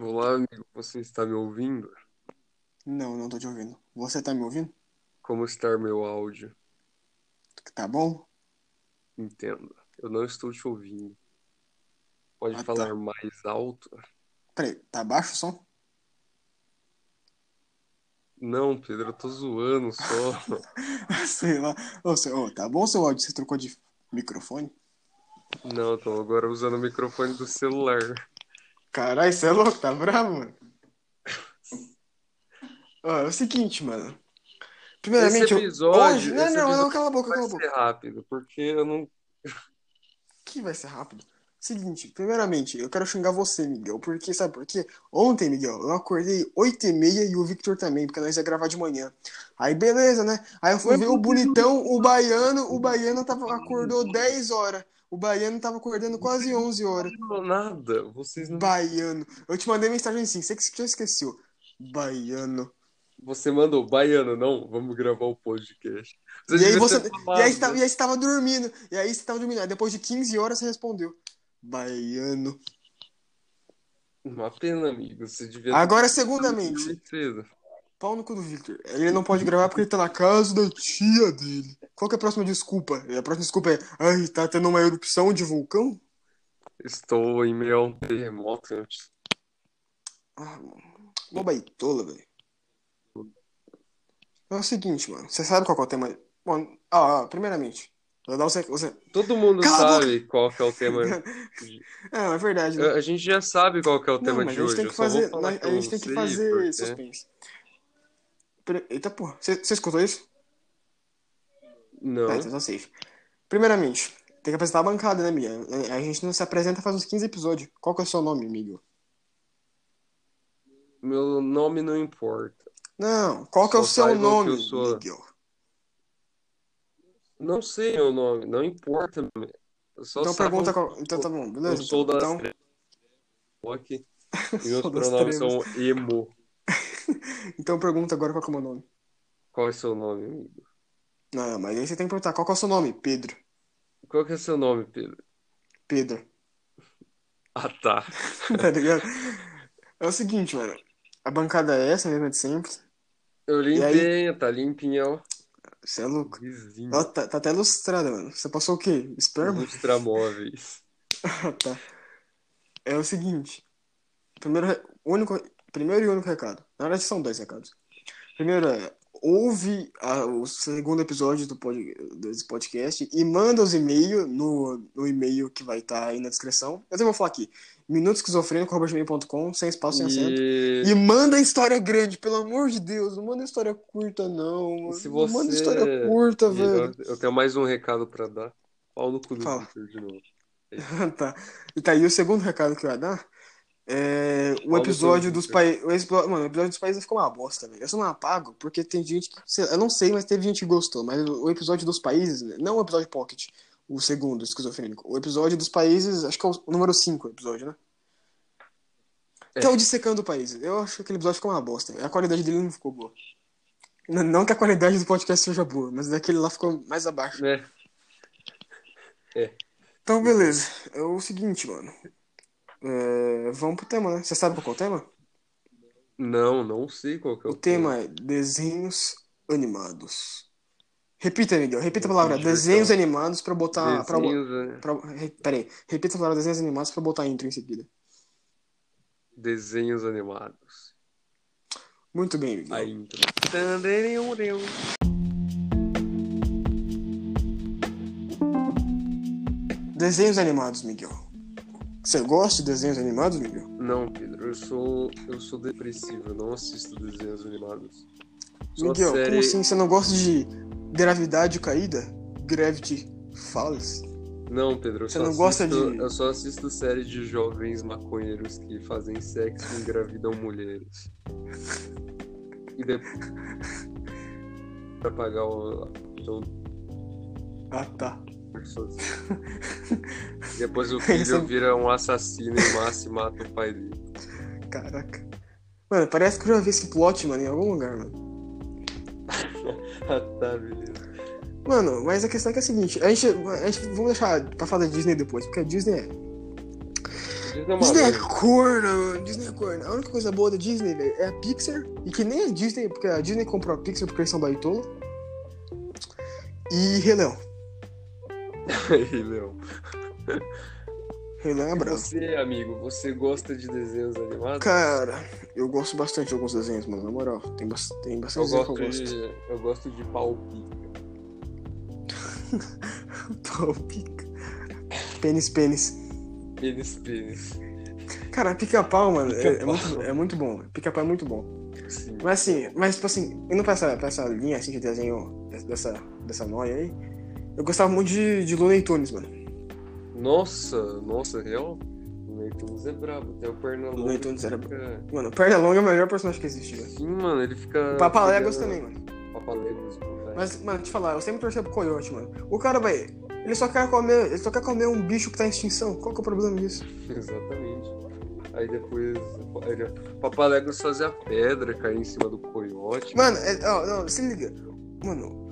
Olá, amigo, você está me ouvindo? Não, não tô te ouvindo. Você tá me ouvindo? Como está meu áudio? Tá bom? Entenda, eu não estou te ouvindo. Pode Ah, falar tá. mais alto? Peraí, tá baixo o som? Não, Pedro, eu tô zoando só. Sei lá. Ô, seu- ô, tá bom seu áudio? Você trocou de microfone? Não, eu tô agora usando o microfone do celular. Caralho, você é louco, tá bravo, mano? Ó, é o seguinte, mano. Esse Primeiramente, eu... hoje. episódio, Não, esse não, não, episódio cala a boca, vai cala a ser boca. rápido, porque eu não. Que vai ser rápido. Seguinte, primeiramente, eu quero xingar você, Miguel, porque, sabe por quê? Ontem, Miguel, eu acordei 8h30 e o Victor também, porque nós ia gravar de manhã. Aí, beleza, né? Aí eu fui Ué, ver o por que não? bonitão, o baiano, o baiano tava, acordou 10 horas. O baiano tava acordando quase 11 horas. falou nada, vocês não. Baiano. Eu te mandei mensagem assim, você que já esqueceu. Baiano. Você mandou, baiano, não? Vamos gravar o podcast. Você E aí devia você, ter e aí você, tava, falado. e aí você tava dormindo. E aí você tava dormindo. Aí depois de 15 horas você respondeu. Baiano. Uma pena, amigo, você devia ter Agora, é falado segundamente. mais cedo. Pau no cu do Victor. Ele não pode gravar porque ele tá na casa da tia dele. Qual que é a próxima desculpa? A próxima desculpa é, ai, tá tendo uma erupção de vulcão? Estou em meio a um terremoto. eu te- Ah, mano. Mó baitola, velho. É o seguinte, mano. Você sabe qual que é o tema? Bom, ah, ah, primeiramente. Eu vou dar você, você... Todo mundo Cala a boca! sabe qual que é o tema. de- Não, é verdade, né? A a gente já sabe qual que é o Não, tema mas de a gente hoje. tem Eu que só vou fazer. falar nós- que A eu não gente tem que sei fazer porque. suspense. Pera- Eita porra, você você escutou isso? Ah, então Não. tá safe. Primeiramente, tem que apresentar a bancada, né, Miguel? A a gente não se apresenta faz uns 15 episódios. Qual que é o seu nome, Miguel? Meu nome não importa. Não, qual que é o Só seu saibam que eu nome, sou. Miguel? Não sei meu nome. Não importa. meu. Só Então saibam pergunta que qual. Então tá eu bom, eu beleza? sou Então, das então trevas rock e meus sou das pronomes trevas. são emo. Então pergunta agora qual que é o meu nome. Qual é seu nome, amigo? Não, mas aí você tem que perguntar qual que é o seu nome? Pedro. Qual que é seu nome, Pedro? Pedro. Ah, tá. Tá ligado? É o seguinte, mano. A bancada é essa mesma de sempre. Eu E aí, limpei, tá limpinha, ó. você é louco. Ela Vizinha. tá, tá até lustrada, mano. Você passou o quê? Esperma? Lustramóveis. Ah, tá. É o seguinte. Primeiro, re- único, primeiro e único recado. Na verdade, são dois recados. Primeiro é, ouve a- o segundo episódio do pod- desse podcast e manda os e-mails no, no e-mail que vai estar aí na descrição. Eu até vou falar aqui, minutosquizofrênico.com, sem espaço, sem acento. E E manda história grande, pelo amor de Deus, não manda história curta, não, mano. se Não manda história você. curta, E eu velho. eu tenho mais um recado pra dar. Pau no cu do Fala. Victor de novo. É isso. Tá. E tá aí o segundo recado que eu ia dar. É, Pau no o cu do episódio dos Victor. países. Mano, o episódio dos países ficou uma bosta, velho. Eu só não apago, porque tem gente que. sei lá, Eu não sei, mas teve gente que gostou. Mas o o episódio dos países, né, não o episódio Pocket, o segundo, esquizofrênico. O episódio dos países, acho que é o número 5 episódio, né? Que é o É. Dissecando Países. Eu acho que aquele episódio ficou uma bosta. A qualidade dele não ficou boa. N- Não que a qualidade do podcast seja boa, mas daquele lá ficou mais abaixo. Né? É. Então, Entendo. beleza. É o seguinte, mano. É, Vamos pro tema, né? Você sabe qual que é o tema? Não, não sei qual que é O o tema. tema é desenhos animados. Repita, Miguel. Repita a Não tem palavra desenhos diversão. animados tá, pra botar para Desenhos, né? peraí. Repita a palavra desenhos animados pra botar a intro em seguida. Desenhos animados. então. Muito bem, A Miguel. intro. Tandereu-reu. Desenhos animados, Miguel. Você gosta de desenhos animados, Miguel? Não, Pedro, eu sou, eu sou depressivo, eu não assisto desenhos animados. Só Miguel, como série. assim você não gosta de gravidade caída? Gravity Falls? Não, Pedro, eu Você só não gosta assisto, de eu só assisto série de jovens maconheiros que fazem sexo e engravidam mulheres. E depois pra pagar o. Então, Ah, tá. pessoas. Depois o Esse filho é- vira um assassino em massa e mata o pai dele. Caraca. Mano, parece que eu já vi esse plot, mano, em algum lugar, mano. Ah, tá, beleza. Mano, mas a questão é que é a seguinte, a gente, a gente vamos deixar pra falar da Disney depois, porque a Disney é Disney é uma Disney é merda. corno, Disney é corno. A única coisa boa da Disney, velho, é a Pixar. E que nem a Disney, porque a Disney comprou a Pixar porque eles são baitola. E Rei Leão. Aí, Leão. Rei Leão é bravo. Você, amigo, você gosta de desenhos animados? Cara, eu gosto bastante de alguns desenhos, mano. Na moral, tem, bas- tem bastante eu desenho gosto que eu gosto. de. Eu gosto de palpica. Pau, pica. Pênis, pênis. Pênis, pênis. Cara, pica-pau, mano, é- É, Pica-pau. muito, é muito bom. velho. Pica-pau é muito bom. Sim. Mas assim, mas tipo assim, indo pra essa, pra essa linha assim de desenho, dessa, dessa noia aí, eu gostava muito de, de Looney Tunes, mano. Nossa, nossa, real? O Looney Tunes é brabo. Tem o Pernalonga. Looney Tunes era que fica- Mano, Pernalonga é o melhor personagem que existe, velho. Sim, mano, ele fica. Papaléguas pegando- também, mano. Papaléguas, pô, velho. Mas, mano, te falar, eu sempre torcia pro coiote, mano. O cara, vai. Ele só quer comer. Ele só quer comer um bicho que tá em extinção. Qual que é o problema disso? Exatamente. Aí depois. ele- Papaléguas fazia a pedra cair em cima do coiote. Mano, é- ó, não, se liga. Mano,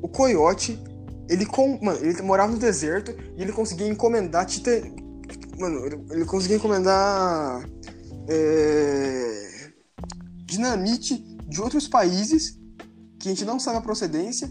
o coiote, ele com, mano, ele morava no deserto e ele conseguia encomendar tita, mano, ele, ele conseguia encomendar é, dinamite de outros países que a gente não sabe a procedência.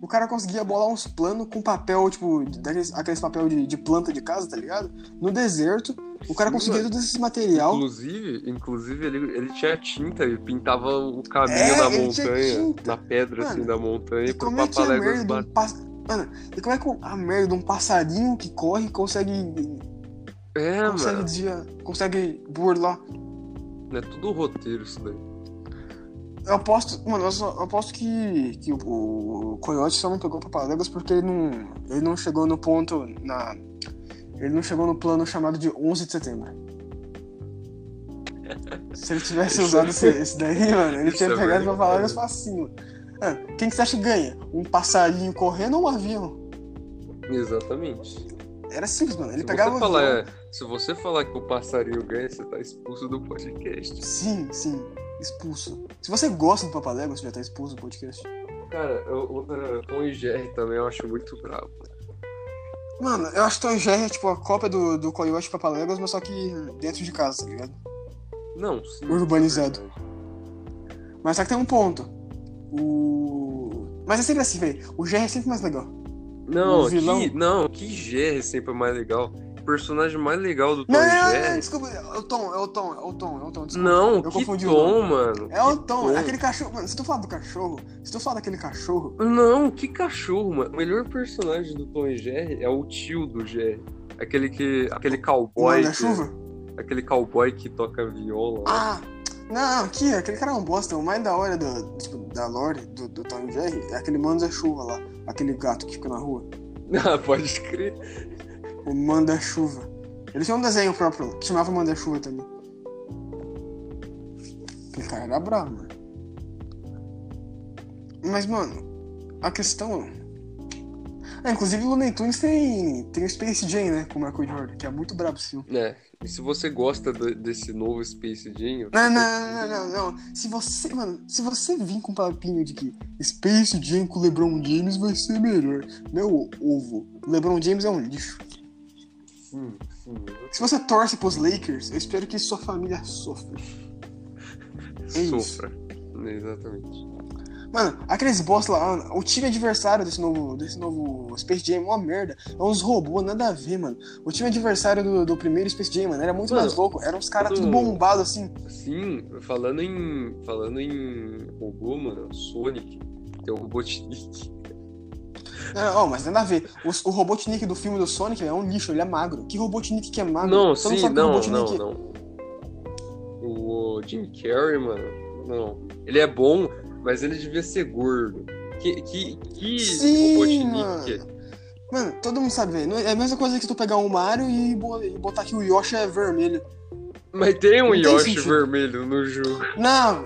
O cara conseguia bolar uns planos com papel, tipo, daqueles, aqueles papel de, de planta de casa, tá ligado? No deserto. O cara Sim, conseguia mano. todo esse material. Inclusive, inclusive ele, ele tinha tinta e pintava o caminho É, na ele tinha montanha, tinta. na pedra assim Mano, da montanha, E pro como é que a papaléguas merda, um bater. pass... Mano, e como é que a merda de um passarinho que corre consegue, É, consegue mano. desviar, consegue burlar? É tudo roteiro isso daí. Eu aposto, mano, eu, só, eu aposto que, que o, o Coyote só não pegou Papaléguas porque ele não, ele não chegou no ponto, na, ele não chegou no plano chamado de 11 de setembro. Se ele tivesse Isso usado é- esse, esse daí, mano, ele isso tinha é pegado verdade. Papaléguas facinho. Ah, quem que você acha que ganha? Um passarinho correndo ou um avião? Exatamente. Era simples, mano. Ele se, pegava você o avião. falar, é, se você falar que o passarinho ganha, você tá expulso do podcast. Sim, sim. Expulso. Se você gosta do Papaléguas, você já tá expulso do podcast. Cara, eu, outra, Tom e Jerry também eu acho muito brabo. Mano, eu acho que Tom e Jerry é tipo a cópia do, do Coyote e Papaléguas, mas só que dentro de casa, tá ligado? Não, sim. Urbanizado. é verdade. Mas só que tem um ponto. O. Mas é sempre assim, velho. O Jerry é sempre mais legal. Não, O vilão- que, não, que Jerry sempre é mais legal. O personagem mais legal do Tom Não, e não, não, não, Jerry. desculpa. É o Tom, é o Tom, é o Tom, é o Tom. Desculpa. Não, Eu que confundi o Tom, mano. É o Tom, Tom. aquele cachorro. Mano, se tu falar do cachorro, se tu falar daquele cachorro. Não, que cachorro, mano. O melhor personagem do Tom e Jerry é o tio do Jerry. Aquele que. Aquele cowboy. Mano, na que- chuva? aquele cowboy que toca viola. lá. Ah! Não, aqui, aquele cara é um bosta. O mais da hora do, tipo, da lore do, do Tom e Jerry é aquele manda-chuva lá. Aquele gato que fica na rua. Ah, pode crer. O manda-chuva. Ele tinha um desenho próprio que chamava manda-chuva também. Aquele cara era bravo, mano. Mas, mano, a questão. Ah, inclusive o Looney Tunes tem, tem o Space Jam, né? Com o Michael Jordan, que é muito brabo esse filme. É, e se você gosta do- desse novo Space Jam... eu- Não, não, não, não, não, não. Se você, mano, se você vir com um papinho de que Space Jam com LeBron James vai ser melhor, meu ovo, LeBron James é um lixo. Sim, sim. eu Se você torce pros Lakers, eu espero que sua família sofra. É isso. Sofra. Exatamente. Mano, aqueles boss lá, mano, o time adversário desse novo, desse novo Space Jam é uma merda. É uns robôs, nada a ver, mano. O time adversário do, do primeiro Space Jam, mano, era muito Mano, mais louco. Eram uns caras todo- tudo bombado assim. Sim, falando em... Falando em robô, mano, Sonic, tem o Robotnik. É, ó, mas nada a ver. O, o Robotnik do filme do Sonic velho, é um lixo, ele é magro. Que Robotnik que é magro? Não, Todo mundo sim, sabe que o não, não, Robotnik- é- não. O Jim Carrey, mano, não. Ele é bom, mas ele devia ser gordo. Que, que, que Sim, Robotnik... Mano, todo mundo sabe, velho. Não- É a mesma coisa que tu pegar um Mario e bo- e botar que o Yoshi é vermelho. Mas tem um Não tem Yoshi sentido. vermelho no jogo. Não,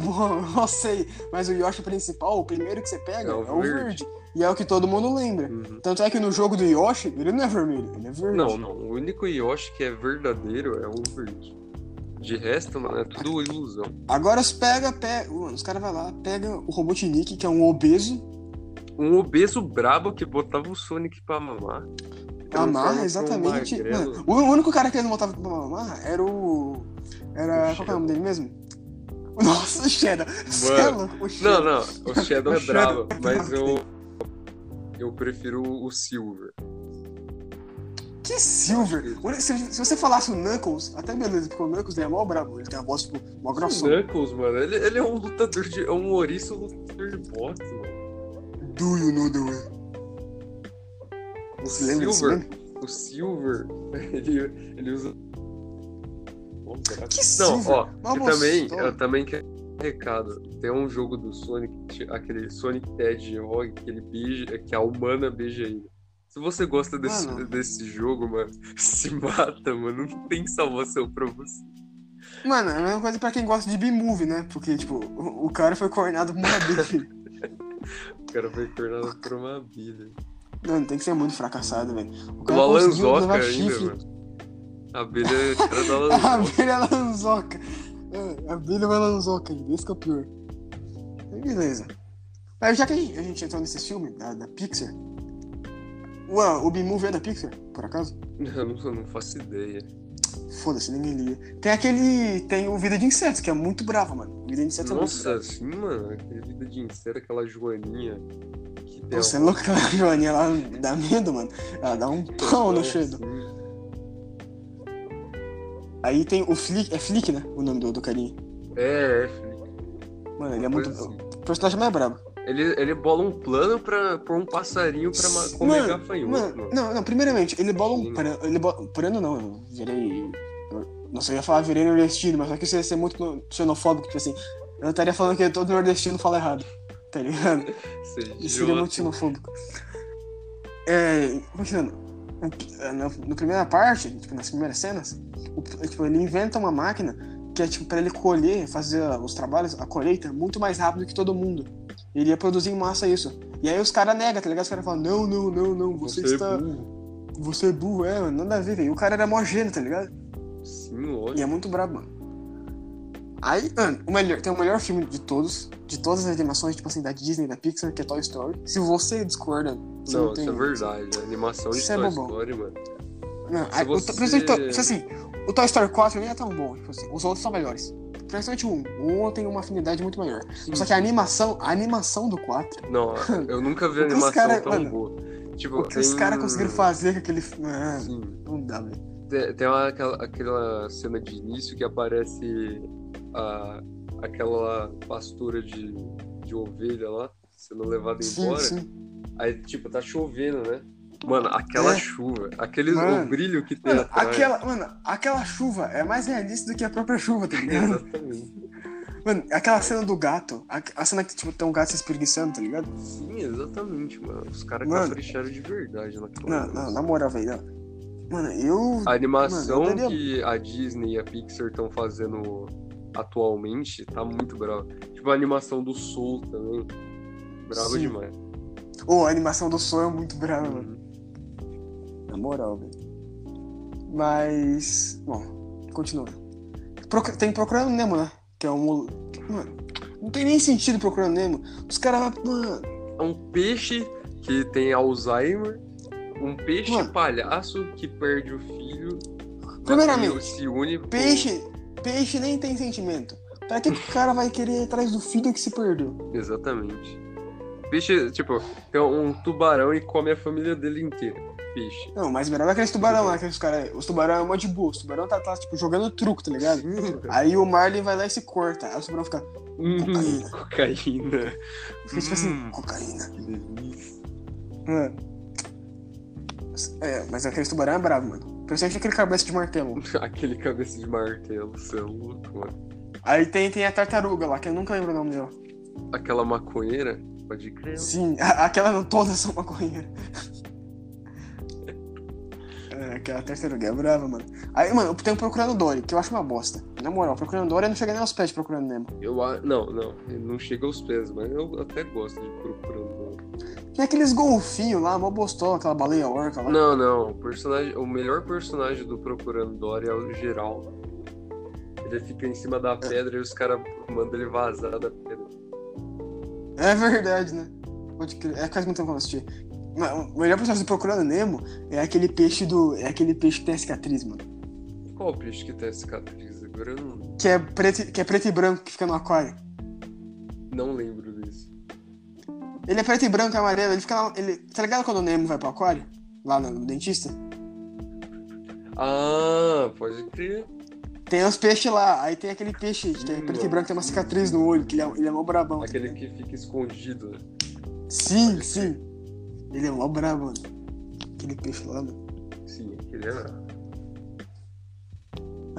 eu sei, mas o Yoshi principal, o primeiro que você pega, é É o o, verde. verde. E é o que todo mundo lembra. Tanto é que no jogo do Yoshi, ele não é vermelho, ele é verde. Não, não. O único Yoshi que é verdadeiro é o verde. De resto, mano, é tudo ilusão. Agora os pega, pega. Mano, os caras vão lá, pega o Robotnik, que é um obeso. Um obeso brabo que botava o Sonic pra mamar. transforma pra Amarra, um exatamente. magrelo. Mano, o único cara que ele não botava pra amarrar era o. Era. O qual que é o nome dele mesmo? Nossa, o Shadow. Cê é louco, o Não, Shadow. não, o Shadow O é Shadow bravo, é mas brabo. eu eu prefiro o Silver. Que Silver. Se, se você falasse o Knuckles, até beleza, porque o Knuckles ele é mó brabo. Ele tem a voz, tipo, mó O grossona. Knuckles, mano, ele, ele é um lutador de. é um ouriço lutador de boxe, mano. Do you know the way? O Você lembra desse Silver, meme? o Silver, ele, ele usa. Bom, será Que Não, Silver? ó, Uma eu também, bolsona. eu também quero um recado. Tem um jogo do Sonic, aquele Sonic Ted Hog, que ele beija, que a humana beija ele. Se você gosta desse, Mano. desse jogo, mano, se mata, mano. Não tem salvação pra você. Mano, é a mesma coisa pra quem gosta de B-movie, né? Porque, tipo, o, o cara foi coordenado por uma B. O cara foi tornado por uma bilha. Mano, tem que ser muito fracassado, velho. O Uma conseguiu lanzoca levar ainda, chifre. mano. A abelha era da lanzoca. A abelha lanzoca. É, a abelha vai lanzoca ainda. Esse que é o pior. Mas Beleza. Mas já que a gente, a gente entrou nesse filme da, da Pixar. Ué, o B-Movie é da Pixar, por acaso? Eu não, eu não faço ideia. Foda-se, ninguém liga. Tem aquele. Tem o Vida de Insetos, que é muito bravo, mano. Vida de Insetos é muito Nossa, bravo. assim, mano, aquele vida de inseto, aquela joaninha. Que tem Você é a louco aquela joaninha lá dá medo, mano. Ela dá um pão no cheiro. assim. Aí tem o Flick. É Flick, né? O nome do, do carinha. É, é, filho. Mano, ele é Coisa muito. assim. O personagem mais brabo. Ele, ele bola um plano pra pôr um passarinho pra ma- comer gafanhoto, mano, mano. Não, não, primeiramente, ele bola um Sim. plano. Ele bola, plano não, eu virei. eu- nossa, eu ia falar virei nordestino, mas só que isso ia ser muito no- xenofóbico, tipo assim. Eu estaria falando que todo nordestino fala errado. Tá ligado? Esse Isso idiota. seria muito xenofóbico. É. Continuando. O- é, Na, na primeira parte, tipo, nas primeiras cenas, o- é, tipo, ele inventa uma máquina que é tipo pra ele colher, fazer os trabalhos, a colheita, muito mais rápido que todo mundo. Ele ia produzir em massa isso. E aí os caras negam, tá ligado? Os caras falam, não, não, não, não, você, Você é está. burro. Você é burro, é, mano, nada a ver, velho. E O cara era mó gênio, tá ligado? Sim, E lógico. é muito brabo, mano. Aí, mano, o melhor, tem o melhor filme de todos, de todas as animações, tipo assim, da Disney, da Pixar, que é Toy Story. Se você discorda, você não, Não, tem. isso é verdade. A animação de Isso é Toy bobão. Story, mano. Não, Se aí, o to- você- principalmente to- tipo assim, o Toy Story 4 nem é tão bom, tipo assim, os outros são melhores. Principalmente o 1. O 1 tem uma afinidade muito maior. Sim. Só que a animação, a animação do 4, Não, eu nunca vi O que os animação cara- tão mano, boa. Tipo, o que os tem- caras conseguiram fazer com aquele. fi- Mano, Sim. não dá, velho. Tem, tem uma- aquela, aquela cena de início que aparece a, aquela pastura de, de ovelha lá sendo levada Sim, embora. sim. Aí, tipo, tá chovendo, né? Mano, aquela É. chuva, aquele Mano. o brilho que tem Mano, atrás. aquela, mano, aquela chuva é mais realista do que a própria chuva, tá ligado? Exatamente. Mano, aquela cena do gato, a, a cena que tipo, tem um gato se espreguiçando, tá ligado? Sim, exatamente, mano. Os caras Mano. capricharam de verdade naquela. Não, coisa. não, na moral, velho. não. Mano, eu. A animação Mano, eu daria- que a Disney e a Pixar estão fazendo atualmente tá muito brava. Tipo, a animação do Soul também. Brava Sim. demais. Ô, a animação do som é muito brava, mano. Uhum. Na moral, velho. Mas. Bom, continuando. Proc- Tem Procurando Nemo, né? Que é um. Mano, não tem nem sentido Procurando Nemo. Os caras. Mano, É um peixe que tem Alzheimer. Um peixe Mano. palhaço que perde o filho. Primeiramente, mas se une com- peixe. Peixe nem tem sentimento. Pra que que o cara vai querer ir atrás do filho que se perdeu? Exatamente. Peixe, tipo, tem um tubarão e come a família dele inteira. Peixe. Não, mas melhor é aqueles tubarão lá, aqueles caras. Os tubarão é mó de boa. Os tubarão tá, tá, tipo, jogando truco, tá ligado? Aí o Marlin vai lá e se corta. Aí o tubarão fica, Hum, cocaína. fica tipo assim, Hum. cocaína. Que delícia. Mano. É, mas aquele tubarão é bravo, mano. Principalmente aquele cabeça de martelo. Aquele cabeça de martelo, você é louco, mano. Aí tem, tem a tartaruga lá, que eu nunca lembro o nome dela. Aquela maconheira, pode crer. Sim, a- aquela não, todas são maconheira. É, aquela tartaruga é brava, mano. Aí, mano, tem o Procurando Dory, que eu acho uma bosta. Na moral, Procurando Dory eu não chega nem aos pés de Procurando Nemo. Eu, a- não, não, não chega aos pés, mas eu até gosto de um procurando. Tem aqueles golfinhos lá, mó bostão, aquela baleia orca lá. Não, não, o, personagem, o melhor personagem do Procurando Dory é o Geraldo. Ele fica em cima da pedra e os caras mandam ele vazar da pedra. É verdade, né? Pode crer. É quase muito tempo que eu não assisti. Mas O melhor processo do Procurando Nemo é aquele peixe do. É aquele peixe que tem a cicatriz, mano. Qual o bicho que tá tem cicatriz? Agora eu não, Que é preto, e- que é preto e branco que fica no aquário. não lembro disso. Ele é preto e branco, é amarelo, ele fica lá. Ele, tá ligado quando o Nemo vai pro aquário? Lá no, no dentista? Ah, pode crer. Tem os peixes lá, aí tem aquele peixe que é preto e branco, tem uma cicatriz no olho, que ele é, ele é mó brabão. tá Aquele ligado? que fica escondido, né? Sim, sim. Ele é mó brabo, mano. Aquele peixe lá, mano. Sim, aquele é.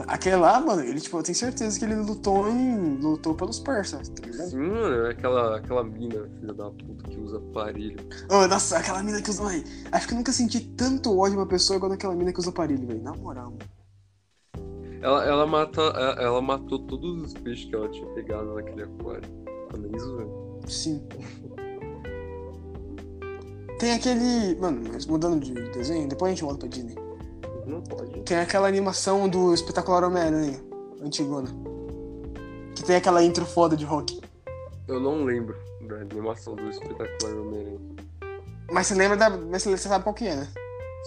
Aquele lá, mano, ele, tipo, eu tenho certeza que ele lutou em. lutou pelos parceiros, tá ligado? Sim, mano, é aquela, aquela mina, filha da puta, que usa aparelho. Ô, nossa, aquela mina que usa. Ai, acho que eu nunca senti tanto ódio de uma pessoa igual daquela mina que usa aparelho, velho. Na moral, mano. Ela, ela, mata, ela, ela matou todos os peixes que ela tinha pegado naquele aquário. Tá nem zoando. Sim. Tem aquele. Mano, mas mudando de desenho, depois a gente volta pra Disney. Não pode. Tem aquela animação do espetacular Homem-Aranha, antigona. Que tem aquela intro foda de rock. Eu não lembro da animação do espetacular Homem-Aranha. Mas você lembra da. Mas você sabe qual que é, né?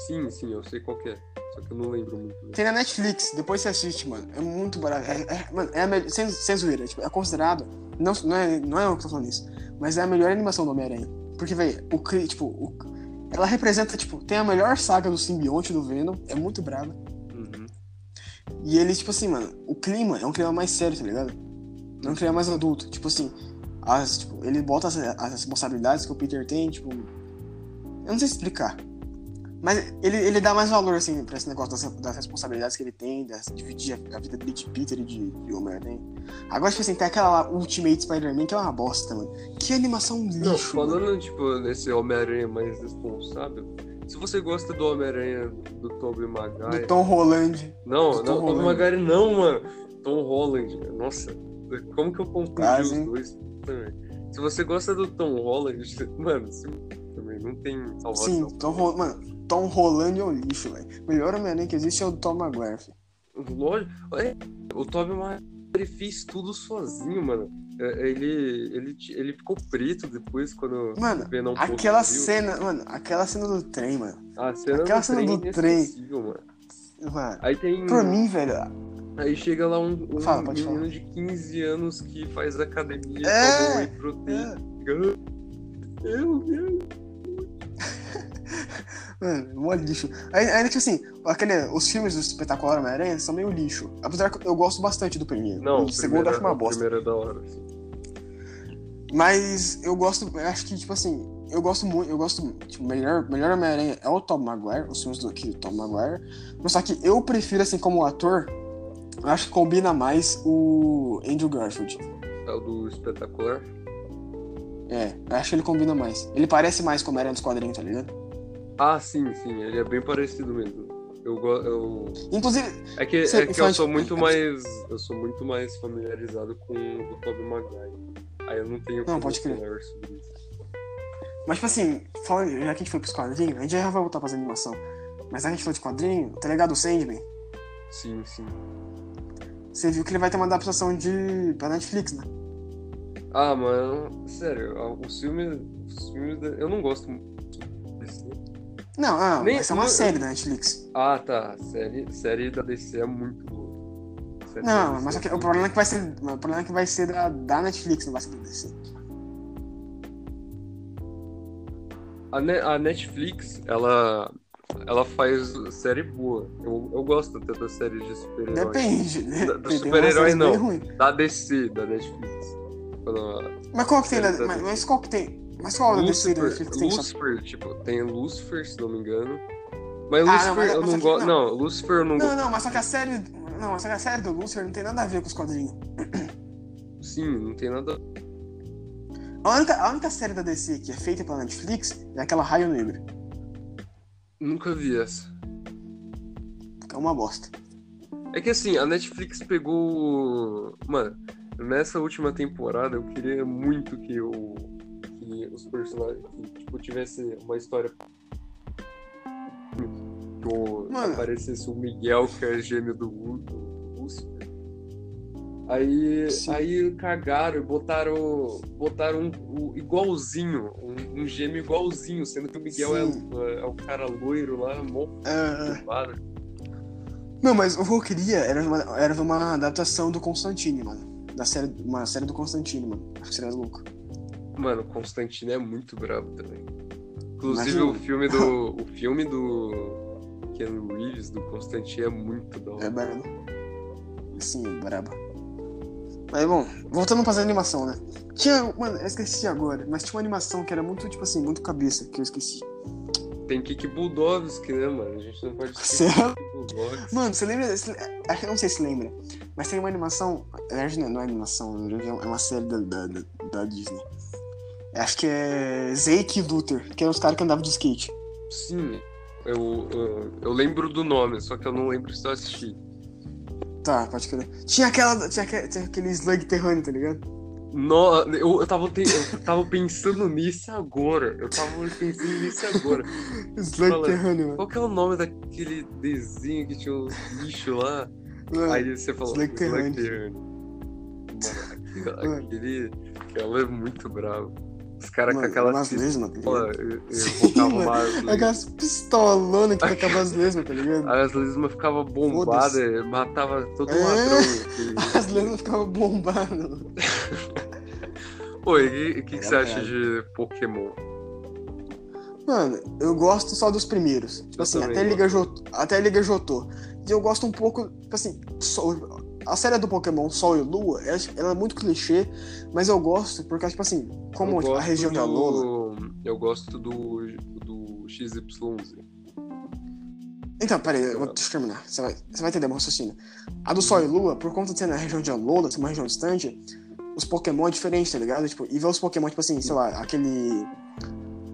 Sim, sim, eu sei qual que é. Só que eu não lembro muito. bem. Tem na Netflix, depois você assiste, mano. É muito barato. É, é- mano, é a melhor. Sem, sem zoeira, tipo, é considerado. Não, não, é, não é eu que tô falando isso, mas é a melhor animação do Homem-Aranha. Porque, velho, o cri- tipo, o- ela representa, tipo, tem a melhor saga do simbionte do Venom, é muito brava. Uhum. E ele, tipo assim, mano, o clima é um clima mais sério, tá ligado? Não é um clima mais adulto. Tipo assim, as, tipo, ele bota as, as responsabilidades que o Peter tem, tipo. Eu não sei explicar. Mas ele, ele dá mais valor, assim, pra esse negócio das, das responsabilidades que ele tem, das, dividir a, a vida dele de Peter e de, de Homem-Aranha. Agora, tipo assim, tem aquela lá, Ultimate Spider-Man, que é uma bosta, mano. Que animação lixo. Não, mano. falando, tipo, nesse Homem-Aranha mais responsável. Se você gosta do Homem-Aranha do Tobey Maguire. Do Tom Holland. Não, do Tom não, Tobey Holland. Maguire não, mano. Tom Holland, cara. Nossa, como que eu confundi Quase, hein? os dois? Também. Se você gosta do Tom Holland, mano, se- também não tem salvação. Sim, Tom Holland. Mano, Tom Holland é um lixo, velho. O melhor Homem-Aranha que existe é o do Tom Maguire, filho. Lógico. É, o Tobey Maguire ele fez tudo sozinho, mano. É, Ele, ele, ti- ele ficou preto depois quando um Mano, o Venom Aquela possuiu. cena, mano, aquela cena do trem, mano. A cena aquela do cena trem, do é trem. inesquecível, Mano. Mano, Aí tem. pra mim, velho. ah, Aí chega lá um, um Fala, pode menino de 15 anos que faz academia, É! toma um whey proteína. Meu Deus. Mano, mó lixo. Aí- Ainda tipo assim, aquele, os filmes do Espetacular Homem-Aranha são meio lixo. Apesar que eu gosto bastante do primeiro. Não, o segundo acho uma o bosta. primeiro é da hora. assim. Mas eu gosto, eu acho que, tipo assim, eu gosto muito, eu gosto, tipo, melhor, melhor Homem-Aranha é o Tom Maguire, os filmes do que o Tom Maguire. Mas só que eu prefiro, assim, como ator, eu acho que combina mais o Andrew Garfield. É o do espetacular. É, eu acho que ele combina mais. Ele parece mais com o Homem-Aranha dos quadrinhos, tá ligado? Ah, sim, sim, ele é bem parecido mesmo. Eu, go- eu Inclusive, É que, Cê- é que faz- eu sou muito mais. Eu sou muito mais familiarizado com o Tobey Maguire. Aí eu não tenho Não, pode crer. falar sobre isso. Mas, tipo assim, falando, já que a gente foi pros quadrinhos, a gente já vai voltar pra animação. Mas já que a gente falou de quadrinho, tá ligado o Sandman? Sim, sim. Você viu que ele vai ter uma adaptação de... pra Netflix, né? Ah, mano, sério, a- os filmes. Os filmes da- eu não gosto muito desse. Não, ah, Nem- vai ser uma não- série da Netflix. Ah, tá. Série, série da DC é muito boa. Série da Não, DC mas só que é o muito- problema é que vai ser, o problema é que vai ser da, da Netflix, não vai ser da DC. A, Ne- a Netflix, ela. Ela faz série boa. Eu, eu gosto até das séries de super-heróis. Depende, né? Do- do Tem umas super-herói, séries bem não. ruins. Da DC, da Netflix. Quando a- Mas qual que tem da... Séries da Mas, DC. mas qual que tem? Mas qual da DC Lucifer, da Netflix que tem? só? Lucifer, tipo, tem Lucifer, se não me engano. Mas Ah, Lucifer não, mas- eu mas não aqui- gosto. não. Não. Lucifer eu não, Não, gosto. não, mas só que a série... Não, mas só que a série do Lucifer não tem nada a ver com os quadrinhos. Sim, não tem nada. A única, a única série da DC que é feita pela Netflix é aquela Raio Negro. Nunca vi essa. É uma bosta. É que assim, a Netflix pegou. Mano, nessa última temporada eu queria muito que o. Que os personagens. Que, tipo, tivesse uma história. Que o- Mano. aparecesse o Miguel, que é gêmeo do Lu- do Lúcifer. Aí, Sim. aí cagaram e botaram, botaram um, um igualzinho, um, um gêmeo igualzinho, sendo que o Miguel é, Sim. o- é o cara loiro lá, mó É, fumado. Não, mas o que eu queria era uma, era uma adaptação do Constantine, mano. Da série, uma série do Constantine, mano. A série do é louco. Mano, o Constantino é muito brabo também. Inclusive Imagina. o filme do. O filme do Keanu Reeves, do Constantino, é muito da É hora. brabo. Sim, é brabo. Mas bom, voltando pra animação, né? Tinha. Mano, eu esqueci agora, mas tinha uma animação que era muito, tipo assim, muito cabeça, que eu esqueci. Tem Kiki Budovski, né, mano? A gente não pode esquecer Sério? Kiki Budovski. Mano, você lembra. Você, acho que eu não sei se lembra, mas tem uma animação. Na verdade, não é- não é animação, na verdade, é uma série da, da, da, da Disney. Acho que é Zeke e Luther, que eram os caras que andavam de skate. Sim, eu, eu, eu lembro do nome, só que eu não lembro se eu assisti. Tá, pode crer. Tinha aquela. Tinha, aque- tinha aquele slug terrâneo, tá ligado? No, eu, eu, tava te- eu tava pensando nisso agora. Eu tava pensando nisso agora. Slug Fala. terrâneo, mano. Qual que é o nome daquele desenho que tinha os bichos lá? Aí você falou Slug Terrane. Terrane. Mano, aquela- Mano. aquele. Ela é muito brava. Os caras tá com Mano, aquelas umas lesmas, tá ligado? pistolas, eu- eu Sim, invocava mano. é uma lesma. Aquelas pistolonas que tacavam as lesmas, tá ligado? Aí As lesmas ficavam bombadas, matava todo É. ladrão. que- As lesmas ficavam bombadas. é Pô, e o que, que Era você acha brabo. de Pokémon? Mano, eu gosto só dos primeiros. Tipo Eu assim, também até Liga, Jotô, até Liga Jotô. E eu gosto um pouco, tipo assim, Sol- a série do Pokémon Sol e Lua, ela, ela é muito clichê, mas eu gosto porque, tipo assim, como Eu tipo, a gosto região da do- Lola. Eu gosto do, do XYZ. Então, peraí, eu vou deixa eu terminar. Você vai, você vai entender meu raciocínio. A do Sol e Lua, por conta de ser na região de Alola, ser uma região distante, os Pokémon é diferente, tá ligado? Tipo, e ver os Pokémon, tipo assim, sei lá, aquele.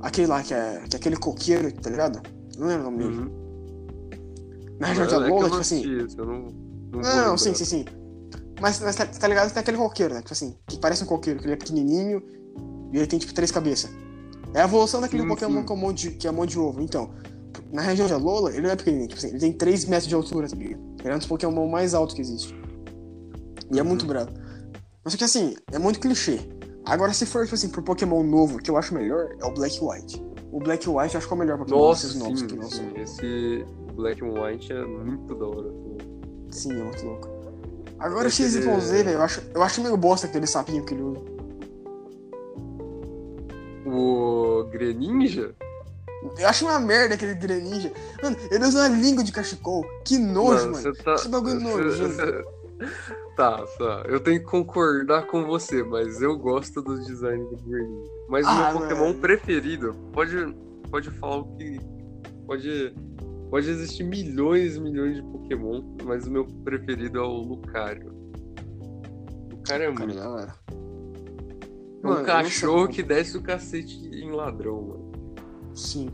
Aquele lá que é, que é aquele coqueiro, tá ligado? Não lembro o nome dele. Uhum. Na região de É que eu Alola, não tipo assim. assisti isso, eu não, não, vou Não, não, lembrar. sim, sim, sim. Mas, mas tá, tá ligado que tem aquele coqueiro, né? Tipo assim, que parece um coqueiro, que ele é pequenininho e ele tem tipo três cabeças. É a evolução daquele Sim, Pokémon sim. que é, um monte de, que é um monte de ovo. Então, na região de Alola, ele não é pequenininho, tipo assim, ele tem 3 metros de altura, tá ligado? Ele é um dos Pokémon mais altos que existe. E é muito Uhum. bravo. Mas só que assim, é muito clichê. Agora, se for, tipo assim, pro Pokémon novo, que eu acho melhor, é o Black e White. O Black e White eu acho que é o melhor Pokémon Nossa, desses novos que sim, lançam. sim. Esse Black and White é muito da hora. pô. Sim, é muito louco. Agora o Aquele- XYZ, velho, eu acho, eu acho meio bosta aquele sapinho que ele usa. O Greninja? Eu acho uma merda aquele Greninja. Mano, ele usa uma língua de cachecol. Que nojo, mano. você tá... Que bagulho é você- nojento. você- Tá, tá. Eu tenho que concordar com você, mas eu gosto do design do Greninja. Mas o Ah, meu Pokémon mano. preferido, pode, pode falar o que. Pode, pode existir milhões e milhões de Pokémon, mas o meu preferido é o Lucario. O Lucario é Cara, muito. da hora. É um Mano, eu não cachorro sei como- que desce o cacete em ladrão, mano. Sim.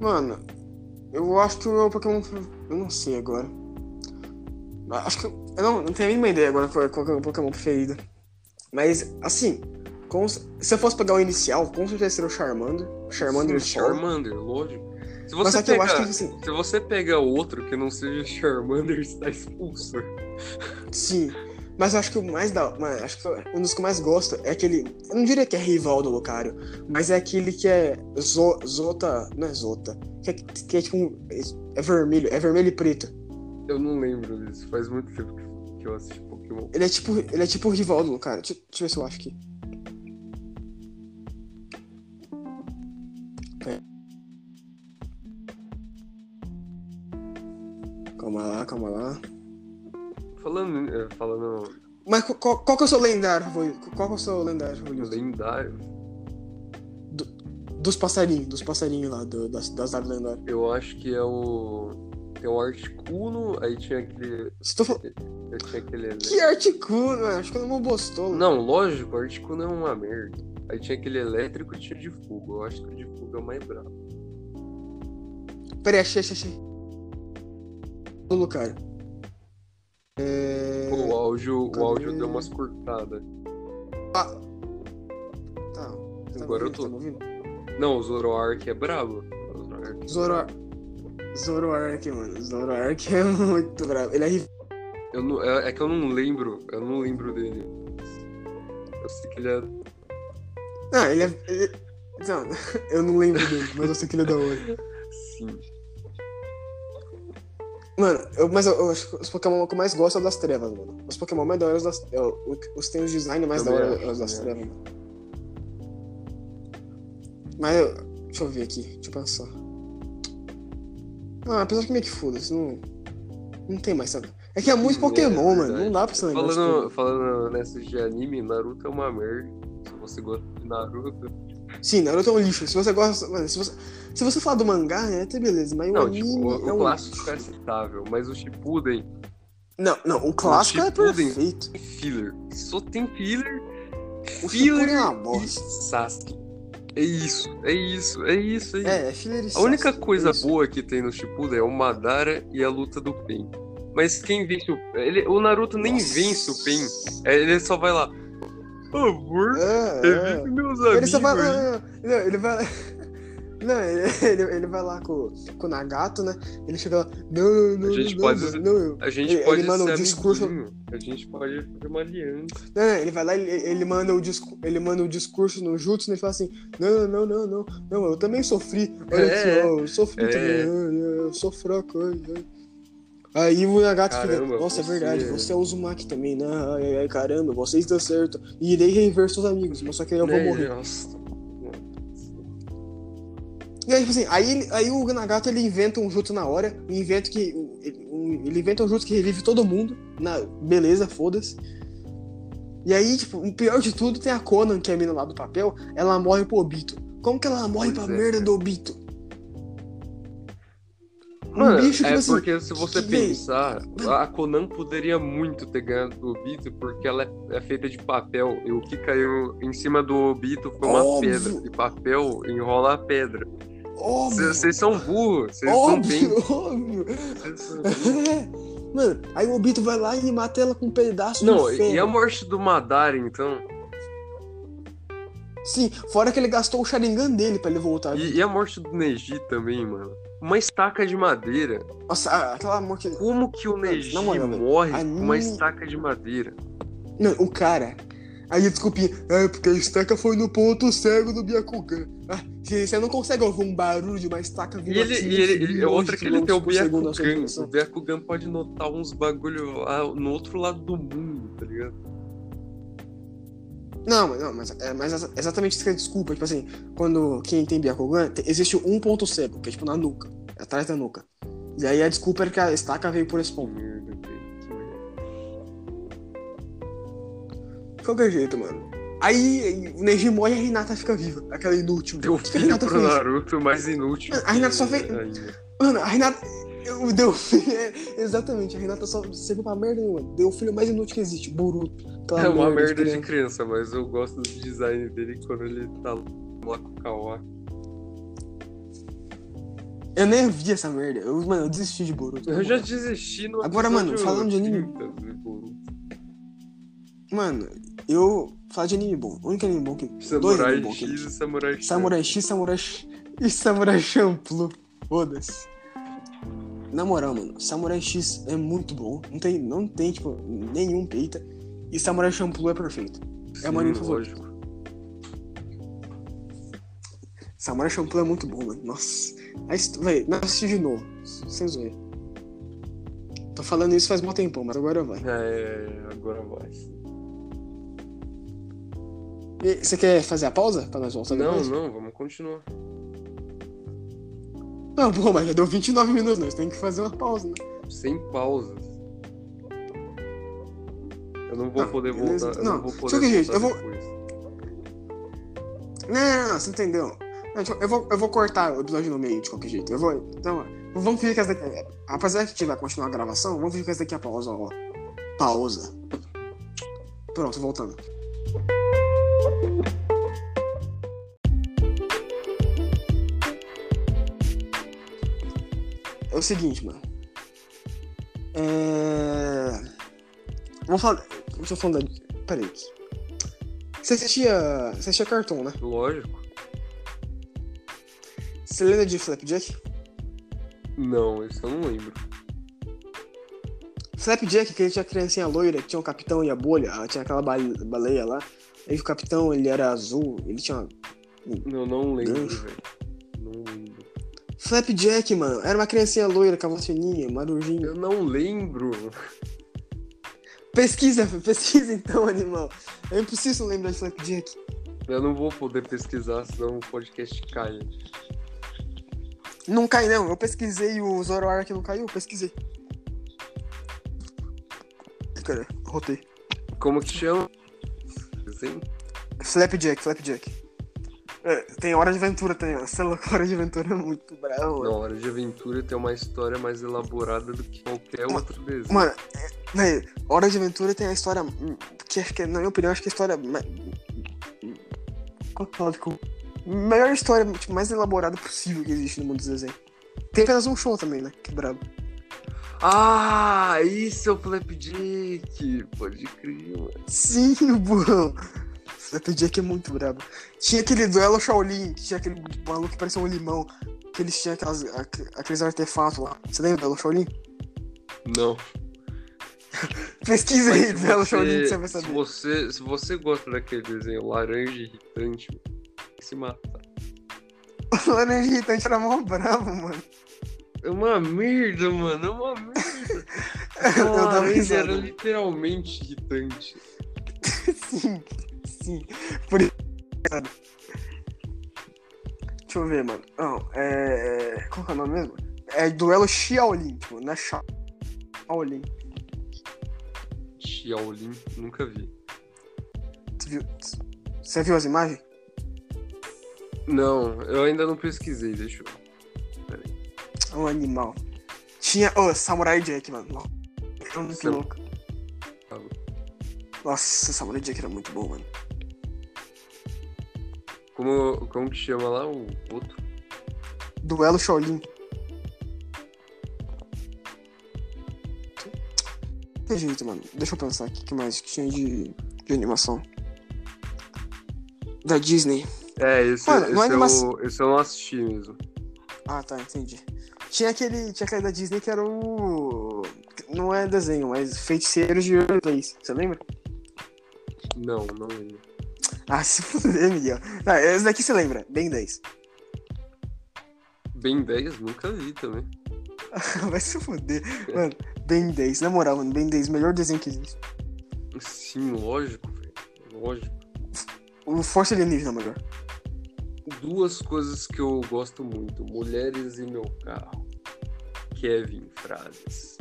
Mano, eu acho que o meu Pokémon. Eu não sei agora. Acho que. Eu não, não tenho a mínima ideia agora qual, qual que é o meu Pokémon preferido. Mas, assim. com- se eu fosse pegar o inicial, com certeza seria o Charmander. Charmander Sim, e Sol. Charmander, lógico. Se Mas você, só que eu pegar, acho que, assim. se você pegar outro que não seja Charmander, está expulso. Sim. Mas eu acho que o mais da. mas Acho que um dos que eu mais gosto é aquele. Eu não diria que é rival do Lucario, mas é aquele que é Zo- Zota. Não é Zota. Que é, que é tipo um. É vermelho. É vermelho e preto. Eu não lembro disso, faz muito tempo que- que eu assisti Pokémon. Ele é tipo. Ele é tipo o rival do Lucario. Deixa, deixa eu ver se eu acho aqui. É. Calma lá, calma lá. Falando, é, falando Mas qual- qual, qual que é o seu lendário favorito? Qual que é o seu lendário em favorito? lendário, Dos passarinhos, dos passarinhos lá, do- das, das aves lendárias. eu acho que é o. Tem o Articuno, aí tinha aquele. Você tá falando. Eu tinha aquele Que é Articuno, velho? Acho que eu não bostola. Não, lógico, Articuno é uma merda. Aí tinha aquele elétrico e tinha o de fogo. Eu acho que o de fogo é o mais brabo. Peraí, achei, achei, achei. Do Lucario. É. Pô, o áudio, o cadê? áudio deu umas cortadas. Ah, Tá. tá me Agora eu ouvindo? tô. Tá me ouvindo? Não, o Zoroark é brabo. O Zoroark. Zoroark. Zoroark, mano. Zoroark é muito bravo. Ele é rival. Eu não, é, é que eu não lembro. Eu não lembro dele. Eu sei que ele é. Não, ele é. ele- Não, eu não lembro dele, mas eu sei que ele é da hora. Sim. Mano, eu- mas eu, eu acho que os Pokémon que eu mais gosto é o das trevas, mano. Os Pokémon mais da hora é os das. é o- Os que tem os design mais da Também hora acho, é os das também trevas, mano. Mas eu. Deixa eu ver aqui, deixa eu pensar. Ah, apesar que meio que foda-se, não. Não tem mais, sabe? É que é muito Hum, Pokémon, é mano. Não dá pra você lembrar. de Falando, tudo. falando nessa de anime, Naruto é uma merda. Se você gosta de Naruto. Sim, Naruto é um lixo. Se você gosta. Mano, se você, se você falar do mangá, né, até beleza, mas o Não, anime tipo, o, é o um clássico lixo. é aceitável, mas o Shippuden Não, não, o clássico é Shippuden. perfeito. tem filler. Só tem filler, O filler Shippuden é uma e bosta. Sasuke. É isso, é isso, é isso, é isso. É, é filler e A única Sasuke, coisa é isso. boa que tem no Shippuden é o Madara e a luta do Pen. Mas quem vence o ele, o Naruto nem Nossa. vence o Pen. É, Ele só vai lá. Por favor, É, revise meus é. amigos. Ele só vai. aí." Não, não, ele vai. Não, ele, ele, ele vai lá com, com o Nagato, né? Ele chega lá. Não, não, não. A gente não, pode- mano, Não, eu- A gente Ele- pode ele manda um ser discurso- amiguinho. A gente pode fazer uma aliança. Não, não, ele vai lá, ele, ele, manda o discu- ele manda o discurso no Jutsu, né? Ele fala assim: Não, não, não, não, não, eu também sofri. Olha É, aqui, ó, eu sofri é. também, eu, eu sou fraco. ai, ai." Aí o Nagato fica: Caramba, Nossa, você- é verdade, você é o Uzumaki também, né? Ai, ai, caramba, você está certo. E irei rever seus amigos, mas só que aí eu vou É, morrer. nossa. E aí, tipo assim, aí, ele- aí o Nagato ele inventa um Jutsu na hora, um invento que. um- ele inventa um Jutsu que revive todo mundo. Na, beleza, foda-se. E aí, tipo, o pior de tudo tem a Conan, que é a mina lá do papel, ela morre pro Obito. Como que ela morre Pois pra é, merda cara. do Obito? Mano, bicho, tipo é assim, porque se você que- pensar, a Conan poderia muito ter ganhado do Obito porque ela é, é feita de papel e o que caiu em cima do Obito foi uma Óbvio. pedra. E papel enrola a pedra. Óbvio! Vocês são burros, vocês são bem. óbvio, óbvio! vocês são- Mano, aí o Obito vai lá e mata ela com um pedaço Não, e- é de um ferro. e a morte do Madara, então? Sim, fora que ele gastou o Sharingan dele pra ele voltar. E, e a morte do Neji também, mano? Uma estaca de madeira. Nossa, a- aquela morte. Como que o Mano, Neji na moral, velho, morre com uma anime- estaca de madeira? Não, o cara. Aí, desculpinha. É, porque a estaca foi no ponto cego do Byakugan. Ah, gente, você não consegue ouvir um barulho de uma estaca E ele, assim, e ele, ele- é milhões outra de que ele tem o quilômetros por segundo na sua Byakugan. O direção. Byakugan pode notar uns bagulho lá no outro lado do mundo, tá ligado? Não, mas- não, mas é mas é exatamente isso que é desculpa. Tipo assim, quando quem tem Byakugan, te- existe um ponto cego, que é tipo na nuca, atrás da nuca. E aí a desculpa era que a estaca veio por esse Que ponto. merda, velho, que merda. De qualquer jeito, mano. Aí o Neji morre e a Renata fica viva, aquela inútil. Deu O que que a um filho Renata pro fez? Naruto mais inútil. Mano, a Hinata só fez- ainda. Mano, a Renata. Eu, deu é, Exatamente, a Renata só serviu pra merda nenhuma. Deu o filho mais inútil que existe, Boruto. Aquela É uma merda criança. de criança, mas eu gosto do design dele quando ele tá lá com o Kawaki. Eu nem vi essa merda. Eu, mano, eu desisti de Boruto. Eu já desisti no Agora, mano, episódio né, falando de anime. 30 do Boruto. Mano, eu. Falar de anime bom. O único anime bom que. dois Samurai anime bom X que. e Samurai X. Samurai X, Samurai X e Samurai Champloo. Foda-se. Na moral, mano, Samurai X é muito bom. Não tem, não tem tipo, nenhum peita. E Samurai Champloo é perfeito. é uma anime favorito. lógico. Samurai Champloo é muito bom, mano. Nossa. Aí, véi, não assisti de novo. Sem zoeira. Tô falando isso faz mó tempão, mas agora vai. É, agora vai. E Você quer fazer a pausa pra nós voltar Não, depois? não, vamos continuar. Não, pô, mas já deu 29 minutos, nós temos que fazer uma pausa, né? Sem pausas. Eu não vou Não, poder Ah, beleza. voltar. eu Não, não vou só poder que, gente, voltar eu vou- depois. Não, não, não, você entendeu? Não, tipo, eu, vou, eu vou cortar o episódio no meio de qualquer jeito. Eu vou. Então, ó, vamos fingir que essa daqui. Apesar que tiver que continuar a gravação, vamos fingir que essa daqui é a pausa, ó. Pausa. Pronto, voltando. É o seguinte, mano. É. Vamos falar. Deixa eu falar. da- Peraí. Você assistia. Você assistia cartão, né? Lógico. Você lembra de Flapjack? Não, isso eu não lembro. Slapjack, que ele tinha a criancinha loira, que tinha o capitão e a bolha, ah, tinha aquela bale- baleia lá. Aí o capitão, ele era azul, ele tinha uma... Eu não lembro, Gancho. velho. Não lembro. Flapjack, mano, era uma criancinha loira, cavotinha, marujinha. Eu não lembro. Pesquisa, pesquisa então, animal. É impossível lembrar de Flapjack. Eu não vou poder pesquisar, senão o podcast cai. Não cai não, eu pesquisei o Zoroark não caiu, eu pesquisei. Cara, rotei. Como que chama? Sim. Flapjack, Flapjack. É, tem Hora de Aventura também, mano. Você é louco, Hora de Aventura é muito bravo, mano. Na Hora de Aventura tem uma história mais elaborada do que qualquer outro desenho. Mano, é, véi, Hora de Aventura tem a história. hum, Que acho que, é- na minha opinião, acho que é a história. mais- Qual que é a palavra que eu- Melhor história, tipo, mais elaborada possível que existe no mundo dos desenhos. Tem apenas um show também, né? Que brabo. Ah, isso é o Flapjack! Pode crer, mano. Sim, burrão. Flapjack é muito brabo. Tinha aquele duelo Shaolin, que tinha aquele maluco que parecia um limão. Que eles tinham aquelas, aqu- aqueles artefatos lá. Você lembra do duelo Shaolin? Não. Pesquisa aí, Mas se duelo você- Shaolin, que você vai saber. Se você, se você gosta daquele desenho laranja irritante, mano, se mata. O laranja irritante era mó bravo, mano. É uma merda, mano. É uma merda. Eu Aquela dava laranja risada. era literalmente irritante. Sim, sim. Por isso. cara. Deixa eu ver, mano. Não, é. é- Qual que é o nome mesmo? É duelo Shaolin, tipo, não é Sha- Shaolin. Shaolin, nunca vi. Tu viu? Você viu as imagens? Não, eu ainda não pesquisei, deixa eu. É um animal. Tinha. Ô, Samurai Jack, mano. Nossa, Era muito Sam- louco. Nossa, Samurai Jack era muito bom, mano. Como, como que chama lá o outro? Duelo Shaolin. Que jeito, mano. Deixa eu pensar aqui. O que mais que tinha de, de animação? Da Disney. É, esse, Mano, esse, não é eu, animação. esse eu não assisti mesmo. Ah, tá, entendi. Tinha aquele, tinha aquele da Disney que era o. Não é desenho, mas Feiticeiros de Ouro Place. Você lembra? Não, não lembro. Ah, se fuder, Miguel. Tá, esse daqui você lembra. Bem 10. Ben 10 nunca vi também. Vai se fuder. Mano, Ben 10. Na moral, mano, Ben 10, melhor desenho que existe. Sim, lógico, velho. Lógico. O Força Alienígena, melhor. Duas coisas que eu gosto muito: mulheres e meu carro. Kevin, frases.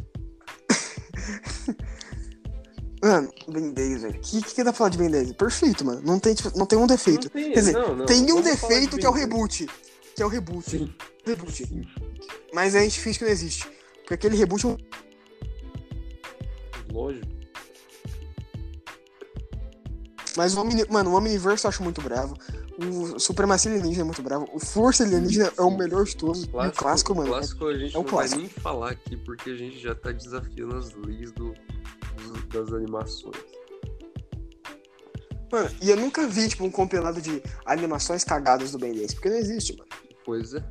Mano, Ben 10, velho. O que, que que dá pra falar de Ben 10? Perfeito, mano. Não tem, tipo, não tem um defeito. Não tem, Quer dizer, não, não, tem um vamos falar defeito de que é o Ben 10. reboot. Que é o reboot. Sim, Reboot. sim. Mas a gente finge que não existe. Porque aquele reboot é um. Lógico. Mas o Omni... Mano, o Omniverse eu acho muito bravo. O Supremacia Alienígena é muito bravo. O Força Alienígena é o melhor de todos. E O clássico, mano. O clássico a gente é o não clássico. vai nem falar aqui porque a gente já tá desafiando as leis do, dos- das animações. Mano, e eu nunca vi, tipo, um compilado de animações cagadas do Ben 10. Porque não existe, mano. Pois é.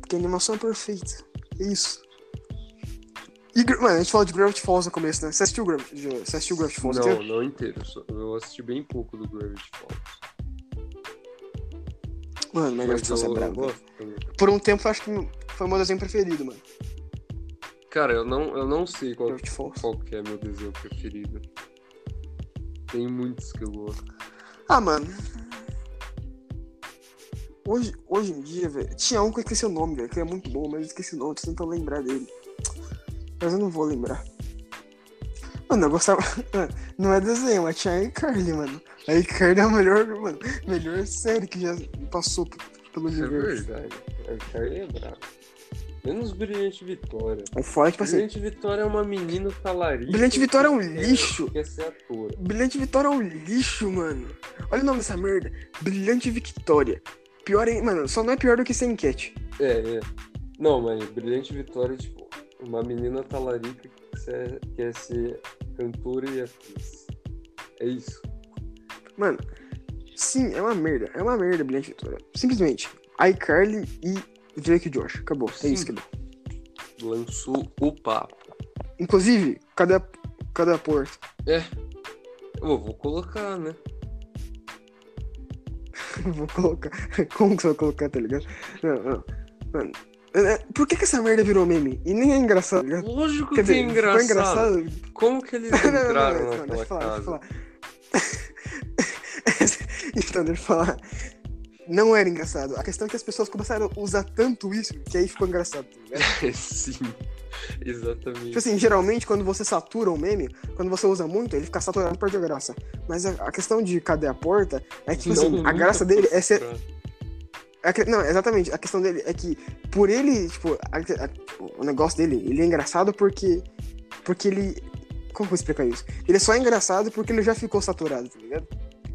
Porque a animação é perfeita. É isso. E, Gra- mano, a gente falou de Gravity Falls no começo, né? Você assistiu Gravity, Tipo, você um assistiu Gravity Falls Não, inteiro? não inteiro. só- Eu assisti bem pouco do Gravity Falls. Mano, mas Gravity Falls é eu, eu brabo. gosto também. Por um tempo, eu acho que foi meu desenho preferido, mano. Cara, eu não, eu não sei qual, Gravity Falls. qual que é meu desenho preferido. Tem muitos que eu gosto. Ah, mano. Hoje, hoje em dia, velho, tinha um que eu esqueci o nome, velho, que é muito bom, mas eu esqueci o nome, tô tentando lembrar dele. Mas eu não vou lembrar. Mano, eu gostava. Mano, não é desenho, mas tinha a iCarly, mano. A iCarly é a melhor, mano, melhor série que já passou p- pelo Isso é universo. verdade. Eu quero lembrar. é Menos Brilhante Vitória. O fora, tipo assim, Brilhante Vitória é uma menina salarista. Brilhante Vitória é um que quer- lixo. que Quer ser atora. Brilhante Vitória é um lixo, mano. Olha o nome dessa merda. Brilhante Victória. Pior em. Mano, só não é pior do que sem enquete. É, é. Não, mas Brilhante Vitória, é, tipo, uma menina talarica que se- quer ser cantora e atriz. É isso. Mano, sim, é uma merda. É uma merda, Brilhante Vitória. Simplesmente. iCarly e Drake e Josh. Acabou. É Sim. isso que dá. lançou o papo. Inclusive, cadê a, cadê a porta? É. Eu vou colocar, né? Vou colocar. Como que você vai colocar, tá ligado? Não, não. Mano. é- é- Por que, que essa merda virou meme? E nem é engraçado, tá ligado? Lógico Quer que dizer, é engraçado. Foi engraçado. Como que eles Não, não, não, entraram não, não, naquela deixa eu falar, deixa casa? eu falar. então, deixa eu falar. Não era engraçado. A questão é que as pessoas começaram a usar tanto isso que aí ficou engraçado, tá ligado? Sim, Tipo exatamente. assim, geralmente quando você satura um meme, quando você usa muito, ele fica saturado e perde a graça. Mas a, a questão de cadê a porta é que, tipo Não, assim, a nunca graça dele é ser. pra- a É que- não, exatamente. A questão dele é que, por ele, tipo, a- a- tipo, o negócio dele, ele é engraçado porque. Porque ele. Como que eu vou explicar isso? Ele só é engraçado porque ele já ficou saturado, tá ligado?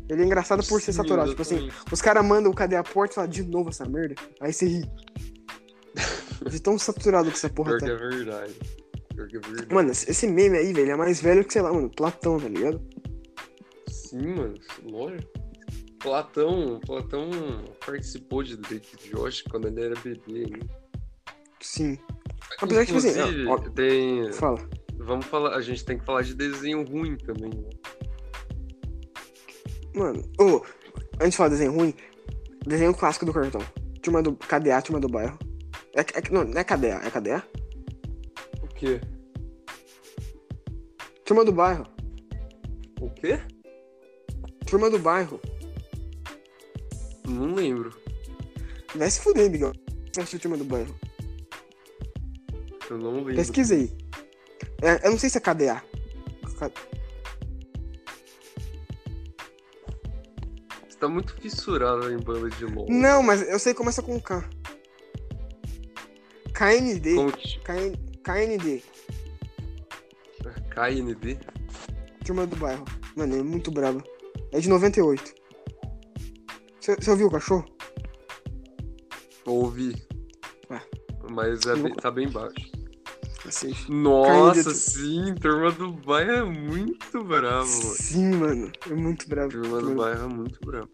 Ele é engraçado por ser Sim, saturado. Tipo assim, exatamente. os caras mandam o cadê a porta e falam de novo essa merda. Aí você ri. De tão saturado que essa porra Pior tá. que é verdade. Pior que é verdade. Mano, esse esse meme aí, velho, é mais velho que, sei lá, mano, Platão, tá ligado? Sim, mano, lógico. Platão, Platão participou de Drake de Josh quando ele era bebê. Hein? Sim. Apesar que, tipo assim, Inclusive, não, ó- tem. Fala. Vamos falar, a gente tem que falar de desenho ruim também. né? Mano, ô, antes de falar desenho ruim, desenho clássico do cartão. Turma do. KDA, turma do bairro. É, é, que- não, não é KDA, é KDA? O quê? Turma do bairro. O quê? Turma do bairro. Não lembro. Vai se fuder, Miguel. Você assistiu turma do bairro? Eu não lembro. Pesquisei. É, eu não sei se é KDA. Ca- Você tá muito fissurado em banda de LOL. Não, mas eu sei que começa com K. KND. Como que- KN KND. KND? Turma do bairro. Mano, é muito brabo. É de 98. Você você ouviu o cachorro? Ouvi. Ah. Mas é Não. bem- tá bem baixo. Assiste. Nossa, KND. sim, Turma do Bairro é muito bravo. mano. Sim, mano. É muito brabo. Turma do Bairro é muito bravo.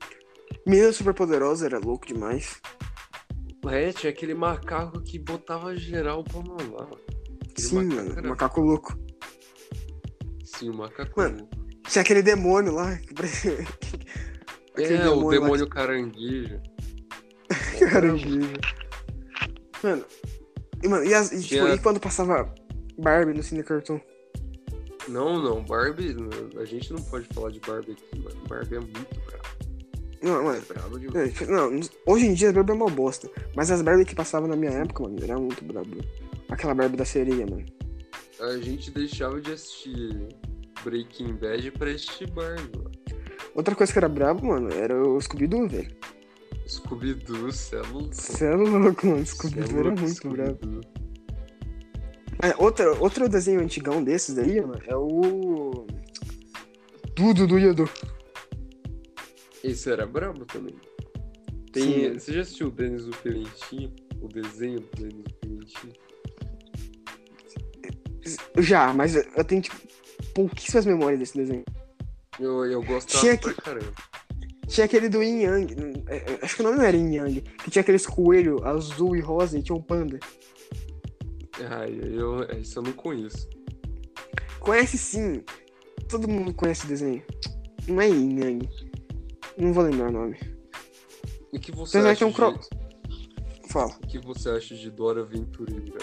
Menina Superpoderosa era louco demais. É, tinha aquele macaco que botava geral pra mamar. Aquele Sim, macaco mano. era- Macaco louco. Sim, o macaco. é Mano, Tinha aquele demônio lá. que parecia- aquele é, o lá que- demônio caranguejo. Caranguejo. Mano. E, mano, e, as- e, tipo, Tinha- e quando passava Barbie no Cine Cartoon? Não, não, Barbie. não, A gente não pode falar de Barbie aqui, mano. Barbie é muito bravo. Não, É mano. bravo demais. é, tipo, Não, hoje em dia as Barbie é uma bosta. Mas as Barbie que passavam na minha época, mano, era muito brabo. Aquela Barbie da sereia, mano. A gente deixava de assistir Breaking Bad pra assistir Barbie, mano. Outra coisa que era brabo, mano, era o Scooby-Doo, velho. Scooby-Doo, cê é louco. Você é louco, mano. Cê é Scooby-Doo era louco, muito brabo. Scooby-Doo. É, outra, outro desenho antigão desses aí, mano, é o. Dudu do Yodo. Esse era brabo também. Sim, Tem, mano. você já assistiu o Denis o Pimentinho? O desenho do Denis o Pimentinho? Já, mas eu eu tenho tipo, pouquíssimas memórias desse desenho. Eu, eu gostava Tinha pra que- caramba. Tinha aquele do Yin Yang, hum, é, é, acho que o nome não era Yin Yang, que tinha aqueles coelho azul e rosa e tinha um panda. Ai, eu, isso eu não conheço. Conhece sim, todo mundo conhece o desenho. Não é Yin Yang, não vou lembrar o nome. E que você Apesar acha que é um cro... de... Fala. O que você acha de Dora Aventureira?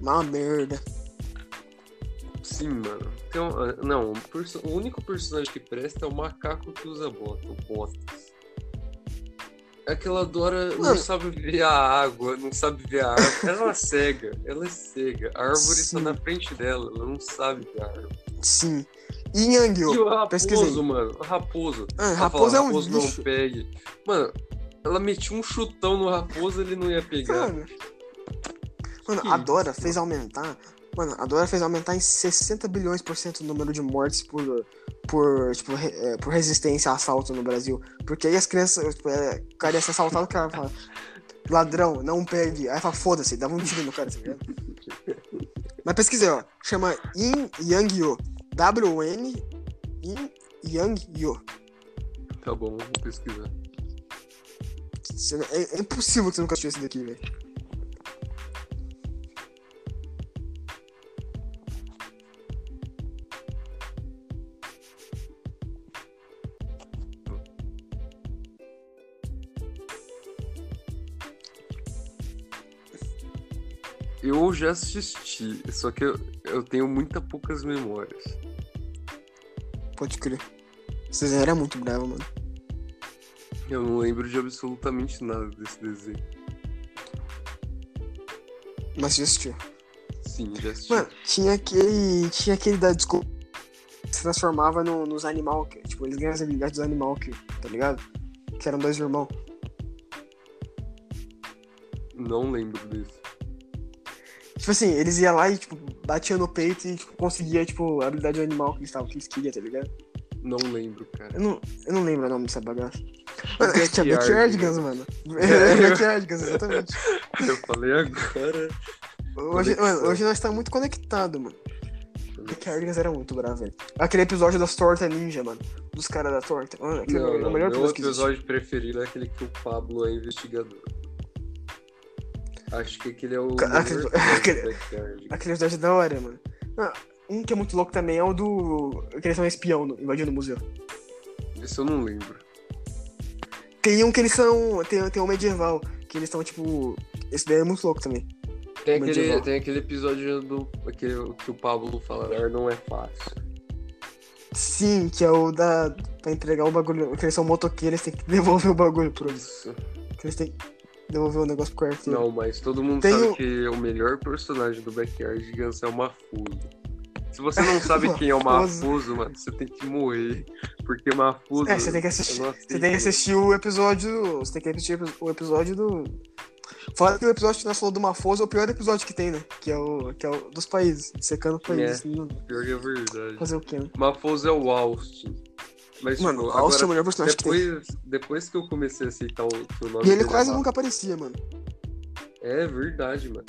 Uma merda. Sim, mano. Tem um- ah, não, o perso- o único personagem que presta é o macaco que usa bota, o É botas. Aquela Dora não Mano. sabe ver a água, não sabe ver a árvore. Ela é cega, ela é cega. A árvore está Sim. na frente dela, ela não sabe ver a árvore. Sim. Yin Yang, E ó. o pesquisei. raposo, mano, o raposo. Ah, Ela raposo fala, é um raposo lixo. não pegue. Mano, ela metia um chutão no raposo, ele não ia pegar. Cara. Mano, Que a Dora isso, fez aumentar. Mano, a Dora fez aumentar em 60 bilhões por cento o número de mortes por, por, tipo, re- eh, por resistência a assalto no Brasil. Porque aí as crianças. Tipo, é, o cara ia ser assaltado, o cara fala. Ladrão, não pegue. Aí fala, foda-se, dava um tiro no cara, tá ligado? Mas pesquisei, ó. Chama Yin Yang Yo. W-N Yin Yang Yo. Tá bom, vou pesquisar. Cê- É, é impossível que você nunca assistiu esse daqui, velho. Eu já assisti, só que eu, eu tenho muita poucas memórias. Pode crer. Vocês era muito bravo, mano. Eu não lembro de absolutamente nada desse desenho. Mas você assistiu. Sim, já assisti. Mano, tinha aquele. Tinha aquele da desculpa. Se transformava no- nos animal. que- Tipo, eles ganham as habilidades dos animal que, tá ligado? Que eram dois irmãos. Não lembro desse. Tipo assim, eles iam lá e, tipo, batiam no peito e tipo, conseguia, tipo, a habilidade do animal que eles estavam, que eles queriam, tá ligado? Não lembro, cara. Eu não, eu não lembro o nome dessa bagaça. Mano, Backyard. né? tinha Backyard Guns, mano. É, Backyard Guns, exatamente. Eu falei agora. Hoje, Conexão. mano, hoje nós estamos muito conectados, mano. Backyard Guns era muito bravo, velho. Aquele episódio das tortas ninja, mano. Dos caras da torta. Mano, aquele Não, é não, o melhor meu episódio que existe. episódio preferido é aquele que o Pablo é investigador. Acho que aquele é o. Ca- melhor aquele- episódio aquele- do Backyard. Aquele episódio é da hora, mano. Ah, um que é muito louco também é o do. Que eles são espião no- invadindo o museu. Isso eu não lembro. Tem um que eles são. Tem, tem um medieval. Que eles são, tipo. Esse daí é muito louco também. Tem Medieval. aquele, tem aquele episódio do aquele, que o Pablo fala, "Dar não é fácil. Sim, que é o da. Pra entregar o bagulho. Que eles são motoqueiros, eles têm que devolver o bagulho pro eles. Isso. Que eles têm que devolver o negócio pro quarteiro. Não, mas todo mundo Tem sabe o- que o melhor personagem do Backyard Gigants é o Mafuso. Se você não sabe quem é o Mafuso. Mafuso, mano, você tem que morrer. Porque Mafuso. É, você tem que eu assistir. não Você tem que assisto. assistir o episódio. Você tem que assistir o episódio do. Fora que o episódio que nós falou do Mafoso é o pior episódio que tem, né? Que é o, que é o dos países, secando o É. país. Não- Pior que é verdade. Fazer o quê, né? Mafuso é o Austin. Mas, Mano, tipo, o Austin é o agora, melhor personagem que tem. depois, depois que eu comecei a aceitar o, que o nome E ele dele é quase Mafuso, nunca aparecia, mano. É verdade, mano.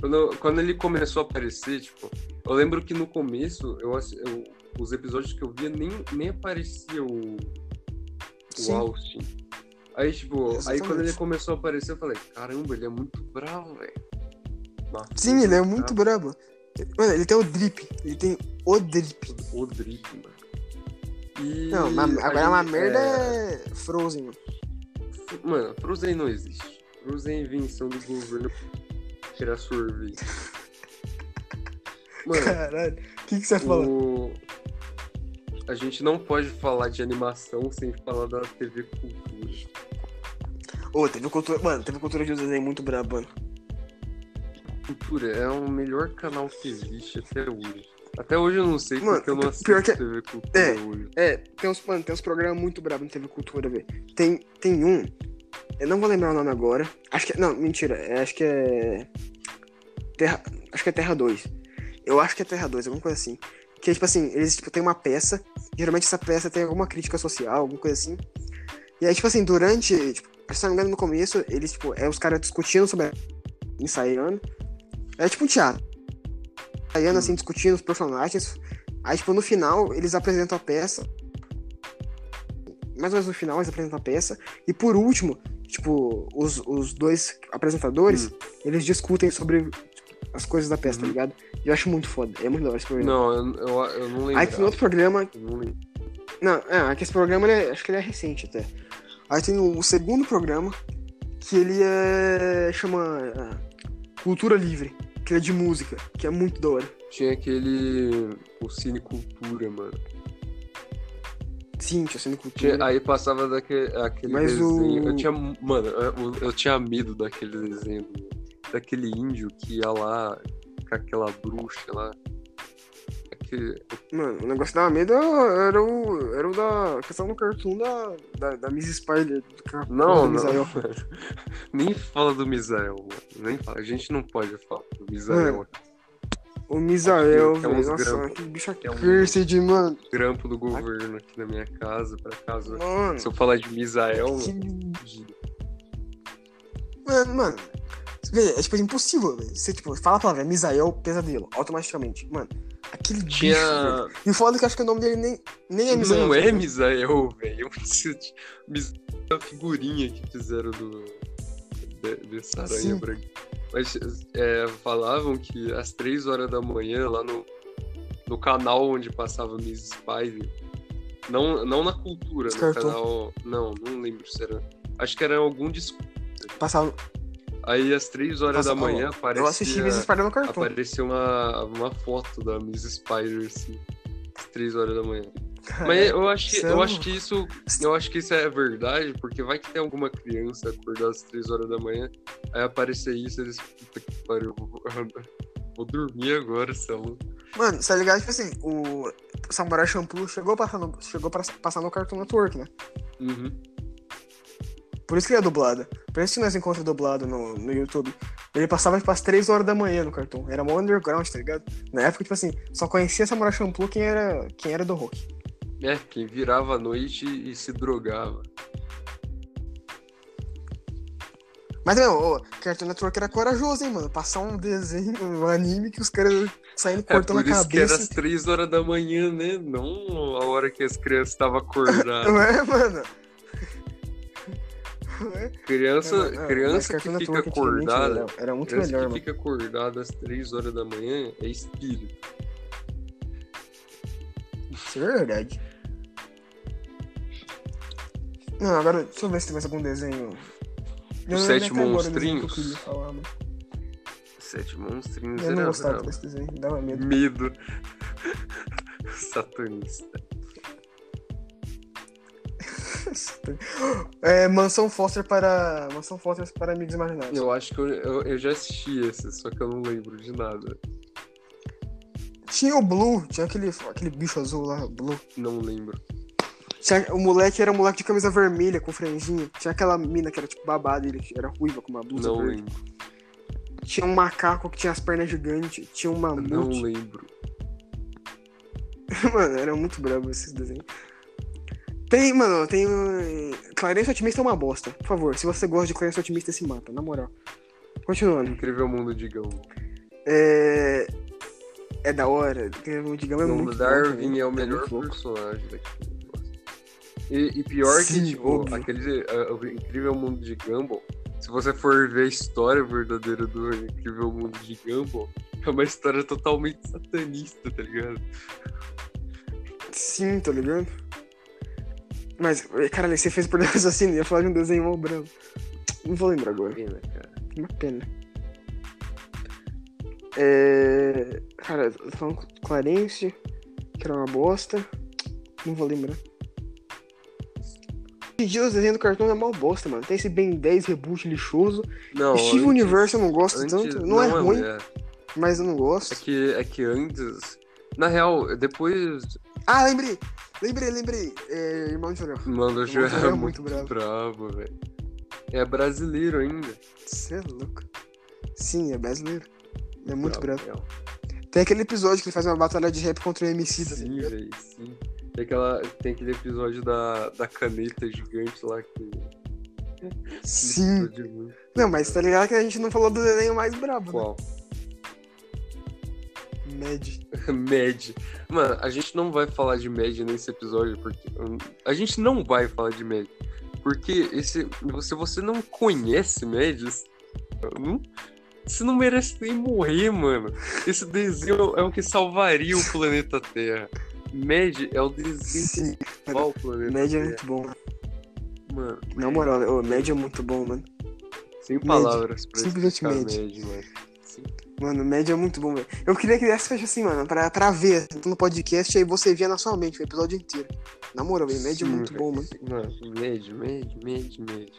Quando, quando ele começou a aparecer, tipo, eu lembro que no começo, eu, assi- eu- os episódios que eu via nem, nem aparecia o, o Sim. Austin. Aí, tipo, aí Exatamente. quando ele começou a aparecer, eu falei, caramba, ele é muito bravo, velho. Sim, ele é muito brabo. Mano, ele tem o drip. Ele tem o drip. bravo. O Drake, mano. E Não, ma- agora é aí, é, uma merda é Frozen, mano. Fru- Mano, Frozen não existe. Frozen é invenção do governo pra tirar sorvete. Mano, Caralho. O que, que você fala? o... a gente não pode falar de animação sem falar da TV Cultura. Ô, teve cultura. Mano, teve cultura de um desenho muito brabo, mano. Cultura é o melhor canal que existe até hoje. Até hoje eu não sei Mano, porque eu não assisto pior que- TV Cultura É. hoje. É, tem uns, mano, tem uns programas muito brabos na TV Cultura, velho. Tem, tem um, eu não vou lembrar o nome agora. Acho que é, não, mentira, é, acho que é Terra, acho que é Terra 2. Eu acho que é Terra 2, alguma coisa assim. Que tipo assim, eles tipo tem uma peça, geralmente essa peça tem alguma crítica social, alguma coisa assim. E aí tipo assim, durante, tipo, se não me engano no começo, eles tipo, é os caras discutindo sobre a- ensaiando. É tipo um teatro. Ensaiando assim, discutindo os personagens. Aí, tipo, no final, eles apresentam a peça. Mais ou menos no final, eles apresentam a peça. E por último, tipo, os, os dois apresentadores, eles discutem sobre tipo, as coisas da peça, Hum. Uhum. tá ligado? E eu acho muito foda. É muito da hora esse programa. Não, eu, eu, eu não lembro. Aí tem outro programa. Eu não lembro. Não, é, é que esse programa, ele é- acho que ele é recente até. Aí tem o, o segundo programa, que ele é. chama. ah, Cultura Livre. Que ele é de música, que é muito da hora. Tinha aquele. O Cine Cultura, mano. Sim, tinha Tinha- sendo assim, cultura. aí passava daquele, aquele Uhum. Mas o- desenho. Eu tinha, mano, eu, eu tinha medo daquele desenho. do- Daquele índio que ia lá com aquela bruxa lá. Aquele, Mano, o negócio da medo era o, era o da a questão do cartoon da, da, da Miss Spider. Do cartoon Não, da não. Miss Aiel. mano. Nem fala do Misael, mano. Nem fala. A gente não pode falar do Misael. Mano. O Misael, É velho. uns Nossa, grampos. que bicho É um- cursed, mano. Grampo do governo aqui na minha casa, pra casa. Mano, Se eu falar de Misael, mano. que... mano, mano. Velho, é tipo impossível, velho. Você tipo, fala a palavra Misael, pesadelo, automaticamente. Mano, aquele Tinha. bicho. velho. E o foda é que eu acho que o nome dele nem, nem é Misael. Não tá é ligado? Misael, velho. Eu preciso de. Misael é a figurinha que fizeram do. de- dessa aranha Sim. branca. Mas é, falavam que às três horas da manhã, lá no, no canal onde passava Miss Spider. Não, não na cultura, Descartou. no canal. Não, não lembro se era. Acho que era algum disco. Passava. Aí às três horas Nossa, da Paulo, manhã aparecia, Eu assisti Miss Spider no cartão. apareceu uma, uma foto da Miss Spider, assim. Às três horas da manhã. É, Mas eu acho, que, eu sério? acho que isso. Eu acho que isso é verdade, porque vai que tem alguma criança acordar às três horas da manhã, aí aparecer isso, eles. Puta que pariu, eu vou, vou dormir agora, é Samu. Mano, tá ligado? Tipo assim, o Samurai Champloo chegou a passar no, chegou pra passar no Cartoon Network, né? Uhum. Por isso que ele é dublada. Por isso que nós encontramos dublado no, no YouTube. Ele passava, tipo, às 3 horas da manhã no cartão. Era mó underground, tá ligado? Na época, tipo assim, só conhecia Samurai Champloo quem era, quem era do rock. É, quem virava à noite e se drogava. Mas, meu, o Cartoon Network era corajoso, hein, mano? Passar um desenho, um anime que os caras saindo É cortando por a isso que era às cabeça. três horas da manhã, né? Não a hora que as crianças estavam acordadas. Não é, mano? Não é? Criança, Não, não, mas criança Cartoon que fica Network é antigamente acordada. Era, era muito criança melhor, que mano. fica acordada às três horas da manhã é espírito. Isso é verdade. Não, agora deixa eu ver se tem mais algum desenho. Não, não, Sete não é até agora o desenho que eu Monstrinhos? queria falar, mano. Sete monstrinhos né, Eu não era gostava brabo. desse desenho, dava medo. Medo. Satanista. é, Mansão Foster para. Mansão Foster para amigos imaginários. Eu acho que eu, eu, eu já assisti esse, só que eu não lembro de nada. Tinha o Blue, tinha aquele, aquele bicho azul lá, o Blue. Não lembro. Tinha- o moleque era um moleque de camisa vermelha com franjinha. Tinha aquela mina que era tipo babada, ele era ruiva com uma blusa Não verde. lembro. Tinha um macaco que tinha as pernas gigantes. Tinha um mamute. Não lembro. Mano, era muito brabo esses desenhos. Tem, mano, tem. uh, Clarence Otimista é uma bosta. Por favor, se você gosta de Clarence Otimista, se mata, na moral. Continuando. Incrível Mundo de Gumball. É. É da hora. O Digão é o muito bom Darwin também. é o muito melhor louco. personagem daquele negócio. E, e pior Sim, que, tipo, óbvio. aquele ah, o Incrível Mundo de Gumball, se você for ver a história verdadeira do Incrível Mundo de Gumball, é uma história totalmente satanista, tá ligado? Sim, tá ligado? Mas, caralho, você fez por Deus assim, eu ia falar de um desenho mal branco. Não vou lembrar agora. Pena, cara. Uma pena. É... Cara, eu tô falando com o Clarence, que era uma bosta. Não vou lembrar. Hoje em dia os desenhos do cartão é mal bosta, mano. Tem esse Ben 10 reboot lixoso. Não, Steve antes- Universe eu não gosto antes- tanto. Não, é ruim, É, mas eu não É gosto. que, é que antes. Na real, depois. Ah, lembrei! Lembrei, lembrei. É, Irmão de Jorel. Mano, eu já Nossa, era é muito, muito bravo. bravo, velho. É brasileiro ainda. Você é louco. Sim, é brasileiro. É muito bravo. real. Tem aquele episódio que ele faz uma batalha de rap contra o MC. tá Sim, ligado? velho, sim. Tem, aquela, tem aquele episódio da, da caneta gigante lá que Sim. explode muito. Não, mas tá ligado que a gente não falou do desenho mais brabo, né? Qual? Med. Mad. Mano, a gente não vai falar de Mad nesse episódio, porque. hum, A gente não vai falar de Mad. Porque esse, se você não conhece Mad, você não, você não merece nem morrer, mano. Esse desenho é o que salvaria o planeta Terra. Mad é o desenho Sim, que salva o planeta Med é Terra. muito bom. Mano, Na moral, o Med é muito bom, mano. sem Mad. palavras pra Simplesmente explicar Mad. Mad, mano. Sim. Mano, Med é muito bom, velho. Eu queria que desse fecha assim, mano, pra, pra ver assim, no podcast, aí você via na sua mente o episódio inteiro. Na moral, velho, Med é Sim, muito velho. bom, mano. Mano, médio, médio, médio, médio.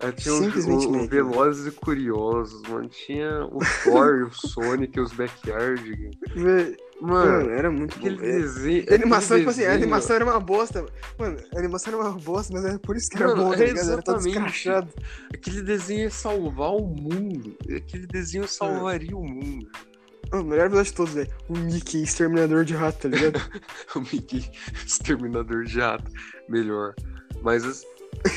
Aí tinha os, Simplesmente o, o médio. Velozes e Curiosos, mano. Tinha o Thor, o Sonic, os Backyard. Velho, Mano, Mano, era muito bom, aquele velho. desenho... A animação, aquele tipo assim, a desenho- animação era uma bosta. mano. Mano, a animação era uma bosta, mas era por isso que era Mano, bom, tá é ligado? Era todo exatamente. escrachado. Aquele desenho é salvar o mundo. Aquele desenho salvaria o mundo. Mano, o melhor episódio de todos, velho. O Mickey, exterminador de rato, tá ligado? O Mickey, exterminador de rato. Melhor. Mas assim,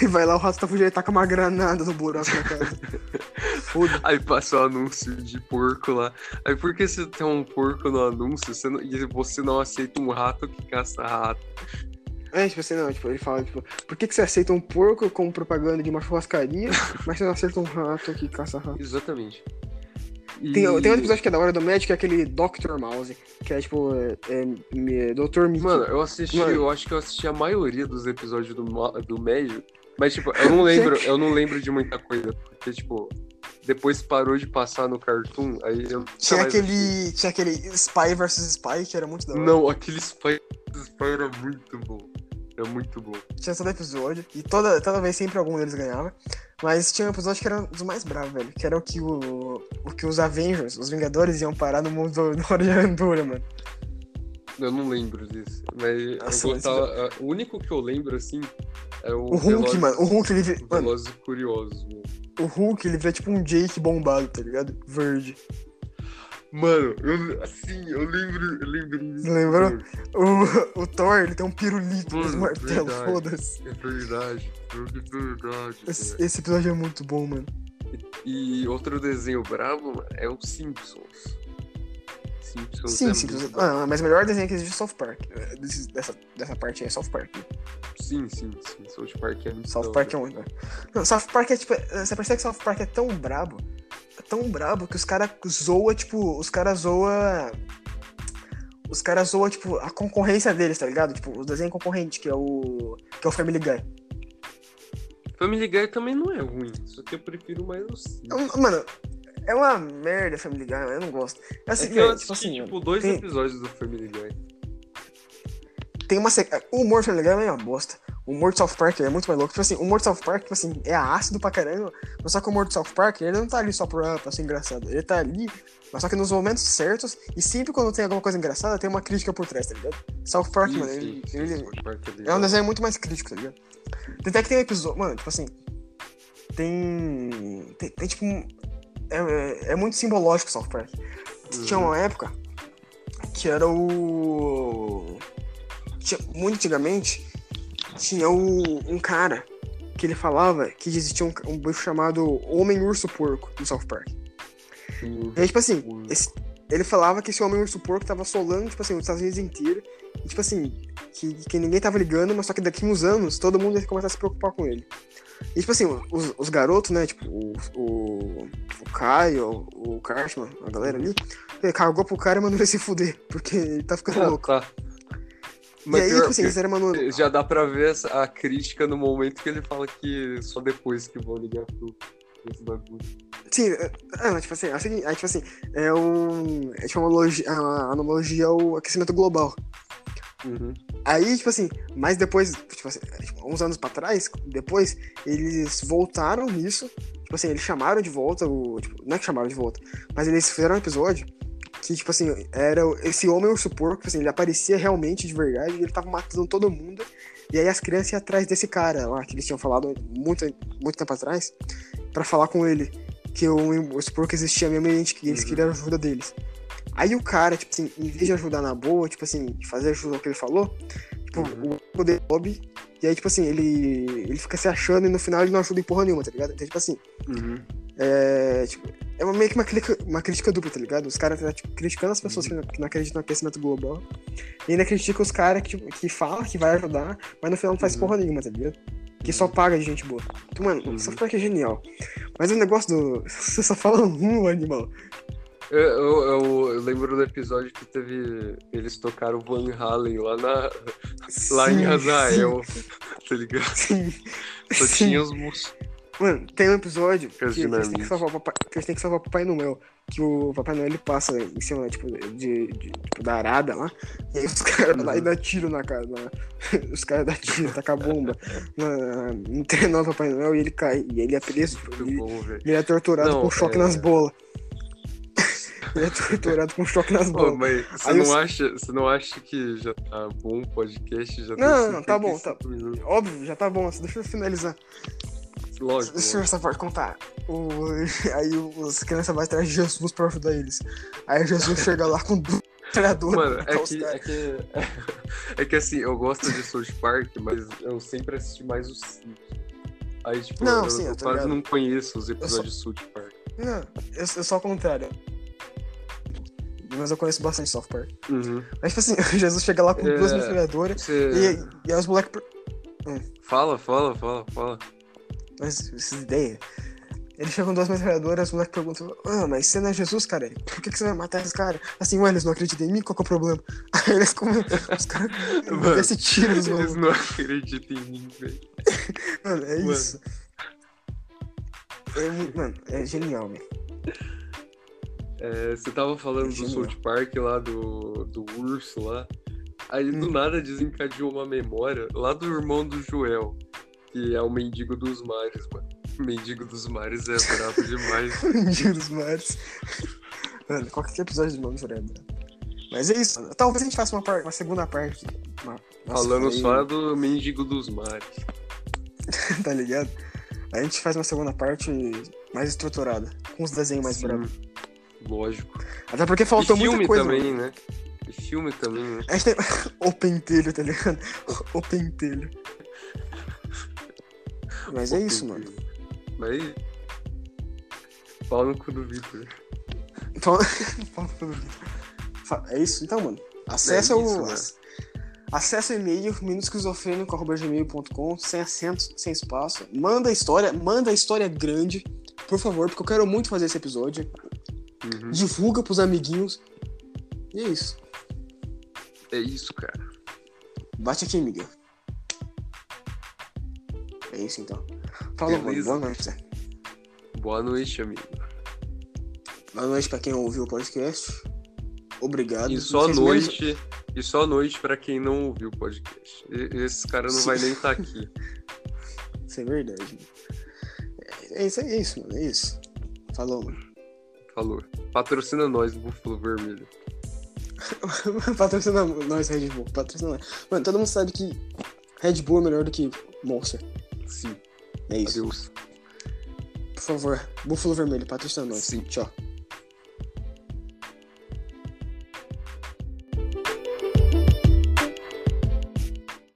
E vai lá, o rato tá fugindo, ele taca uma granada no buraco da casa. Foda. aí passa o anúncio de porco lá. Aí por que você tem um porco no anúncio você não- e você não aceita um rato que caça rato? É, tipo assim, não, tipo, ele fala, tipo, por que, que você aceita um porco como propaganda de uma churrascaria, mas você não aceita um rato que caça rato? Exatamente. E... Tem, tem outro episódio que é da hora do médico, que é aquele Dr. Mouse, que é tipo, é, é, é, Dr. Mickey. Mano, eu assisti, Mano. eu acho que eu assisti a maioria dos episódios do, Ma- do Médio. Mas, tipo, eu não lembro, eu não lembro de muita coisa. Porque, tipo, depois parou de passar no Cartoon, aí eu. nunca Tinha mais assisti. aquele, tinha aquele Spy vs Spy, que era muito da hora. Não, aquele Spy, Spy era é muito bom. Era muito bom. Tinha todo episódio. E toda, toda vez sempre algum deles ganhava. Mas tinha um episódio que era um dos mais bravos, velho. Que era o que o, o que os Avengers, os Vingadores, iam parar no mundo do- do Hora de Aventura, mano. Eu não lembro disso. Mas Nossa, eu mas gostava. a- O único que eu lembro, assim, é o. O Hulk, Velozes- mano. O Hulk, ele vira, mano, Velozes e Curiosos, mano. o Hulk, ele vira tipo um Jake bombado, tá ligado? Verde. Mano, eu, assim, eu lembro, eu lembrei disso. Lembrou? O, o Thor, ele tem um pirulito, Mano, um martelo, verdade. foda-se. É verdade, é verdade. Esse, cara. esse episódio é muito bom, mano. E outro desenho brabo mano, é o Simpsons. Simpsons Sim, é sim. muito brabo. Ah, mas o melhor desenho que existe é South Park. Eh, desse- dessa, dessa parte aí é South Park. Sim, sim, sim. South Park é muito South da Park é hora. um. Não, South Park é tipo. eh, Você percebe que South Park é tão brabo. É tão brabo que os caras zoa, tipo. Os caras zoa. Os caras zoa, tipo, a concorrência deles, tá ligado? Tipo, o desenho concorrente, que é o. Que é o Family Guy. Family Guy também não é ruim, só que eu prefiro mais o um É Simpsons. um- Mano, é uma merda Family Guy, eu não gosto. É assim, É que eu velho, assisti, tipo assim, tipo, dois tem- episódios do Family Guy. tem uma sequência. O humor do Family Guy é uma bosta. O humor de South Park é muito mais louco. Tipo assim, o humor de South Park, tipo assim, é ácido pra caramba. Mas só que o humor de South Park, ele não tá ali só pra, pra ser engraçado. Ele tá ali, mas só que nos momentos certos. E sempre quando tem alguma coisa engraçada, tem uma crítica por trás, tá ligado? South Park, Sim, mano, sim, ele, sim, ele- South Park é um legal. desenho muito mais crítico, tá ligado? Tem até que tem um episódio. Mano, tipo assim. Tem. Tem, tem, tipo. um- É, é- é muito simbológico o South Park. Tinha uma época que era o. tinha- muito antigamente, tinha o, um cara que ele falava que existia um, um bicho chamado Homem Urso Porco no South Park. Sim. E aí, tipo assim, esse- ele falava que esse homem é um urso porco tava solando, tipo assim, os Estados Unidos inteiro. E, tipo assim, que, que ninguém tava ligando, mas só que daqui uns anos todo mundo ia começar a se preocupar com ele. E, tipo assim, os, os garotos, né? Tipo, o, o, o Caio, o Cartman, a galera ali, eh, cagou pro cara e mandou ele se fuder, porque ele tá ficando Ah, louco. tá. e aí, pior- tipo assim, eles eram manu... Já dá pra ver essa- a crítica no momento que ele fala que só depois que vão ligar pro esse bagulho. Sim, é, é, mas, tipo assim, é o seguinte, é, tipo assim, é um. É tipo uma analogia, é uma analogia ao aquecimento global. Aí, tipo assim, mas depois, tipo assim, tipo, uns anos pra trás, depois, eles voltaram nisso. Tipo assim, eles chamaram de volta o. tipo, não é que chamaram de volta, mas eles fizeram um episódio que, tipo assim, era o- esse homem urso porco, tipo assim, ele aparecia realmente de verdade e ele tava matando todo mundo. E aí as crianças iam atrás desse cara lá, que eles tinham falado muito, muito tempo atrás, pra falar com ele. Que o homem urso porco existia mesmo e a gente- que eles Uhum. queriam a ajuda deles. Aí o cara, tipo assim, em vez de ajudar na boa, tipo assim, de fazer ajuda ao que ele falou, tipo, Uhum. o amigo dele sobe, e aí, tipo assim, ele, ele fica se achando e no final ele não ajuda em porra nenhuma, tá ligado? Então, tipo assim, Uhum. é, tipo, é uma- meio que uma, clica- uma crítica dupla, tá ligado? Os caras tá, tipo, criticando as pessoas que Uhum. não- que não acreditam no aquecimento global, e ainda critica os caras que, tipo, que falam que vai ajudar, mas no final não faz Uhum. porra nenhuma, tá ligado? Que só paga de gente boa. Então, mano, Uhum. essa parte é genial. Mas o negócio do. Você só fala um animal. Eu, eu- eu- eu lembro do episódio que teve. Eles tocaram Van Halen lá, na, lá Sim, em Razael. Tá ligado? Sim. Só sim. tinha os mus- Mano, tem um episódio que, Caso que eles têm que Dinamite. salvar o Papai, que eles têm que salvar o Papai Noel. Que o Papai Noel ele passa em cima, né, tipo, de, de- tipo, da arada lá. E aí os caras lá Uhum. e dá tiro na cara. na- Os caras dá tiro, taca bomba na, no trenó do Papai Noel e ele cai. E ele é preso, tipo, Muito ele, bom, velho. ele é torturado Não, com choque é- nas bolas. ele é torturado com choque nas Ô, bolas. mas você Aí não, os- acha, você não acha que já tá bom o podcast? Já Não, tem não, tá bom, 55 minutos. Óbvio, já tá bom, só deixa eu finalizar. Lógico. Deixa eu ver essa parte contar. O, aí os crianças vão atrás de Jesus pra ajudar eles. Aí Jesus chega lá com duas metralhadoras. Mano, pra é matar tá os que, caras. é que. É que assim, eu gosto de South Park, mas eu sempre assisti mais os Simpsons. Aí, tipo, Não, eu, sim, eu eu tô quase ligado. não conheço os episódios de South Park. Não, eu, eu sou ao contrário. Mas eu conheço bastante software. Uhum. Mas tipo assim, Jesus chega lá com duas É. metralhadoras. Você. E, e aí os moleques. Fala, fala, fala, fala. Mas essas ideias. Ele chega com duas metralhadoras, os moleques perguntam: Ah, mas você não é Jesus, cara? Por que, que você vai matar esses caras? Assim, ué, eles não acreditam em mim? Qual que é o problema? Aí eles comem. Os caras. Mano, Esse tiro nos Eles não acreditam em mim, velho. Mano, é Mano. isso. É muito, mano, é genial, velho. É, você tava falando do Genial. South Park lá, do, do urso lá. Aí do Hum. nada desencadeou uma memória lá do irmão do Joel, que é o mendigo dos mares, mano. O mendigo dos mares é brabo demais. Dia dos Mares. Mano, qualquer episódio do Mano Furado. Mas é isso. Talvez a gente faça uma, par- uma segunda parte. Uma- nossa, Falando falei- só do mendigo dos mares. tá ligado? A gente faz uma segunda parte mais estruturada, com os desenhos mais Sim, bravos. Lógico. Até porque faltou e muita filme coisa. também, mano. né? E filme também, né? A gente tem o pentelho, tá ligado? O pentelho. Mas é isso, mano. Mas. Pau no cu do Victor. Então, Fa- é isso, então, mano. Acessa É isso, o. mano. ac- Acessa o e-mail minusquizofrênico.gmail.com sem acento, sem espaço. Manda a história, manda a história grande, por favor, porque eu quero muito fazer esse episódio. Uhum. Divulga pros amiguinhos. E é isso. É isso, cara. Bate aqui, Miguel. É isso então. Falou, mano. Beleza. Boa noite. Zé. Boa noite, amigo. Boa noite pra quem ouviu o podcast. Obrigado. E só à Vocês mesmos- noite. E só à noite pra quem não ouviu o podcast. E- Esses caras não Sim. vai nem estar aqui. Isso é verdade. mano. É, é isso, é isso, mano. É isso. Falou, mano. Falou. Patrocina nós, Búfalo Vermelho. patrocina nós, Red Bull. Patrocina nós. Mano, todo mundo sabe que Red Bull é melhor do que Monster. Sim. É isso. Adeus. Por favor, Búfalo Vermelho, patrocina nós. Sim. Tchau.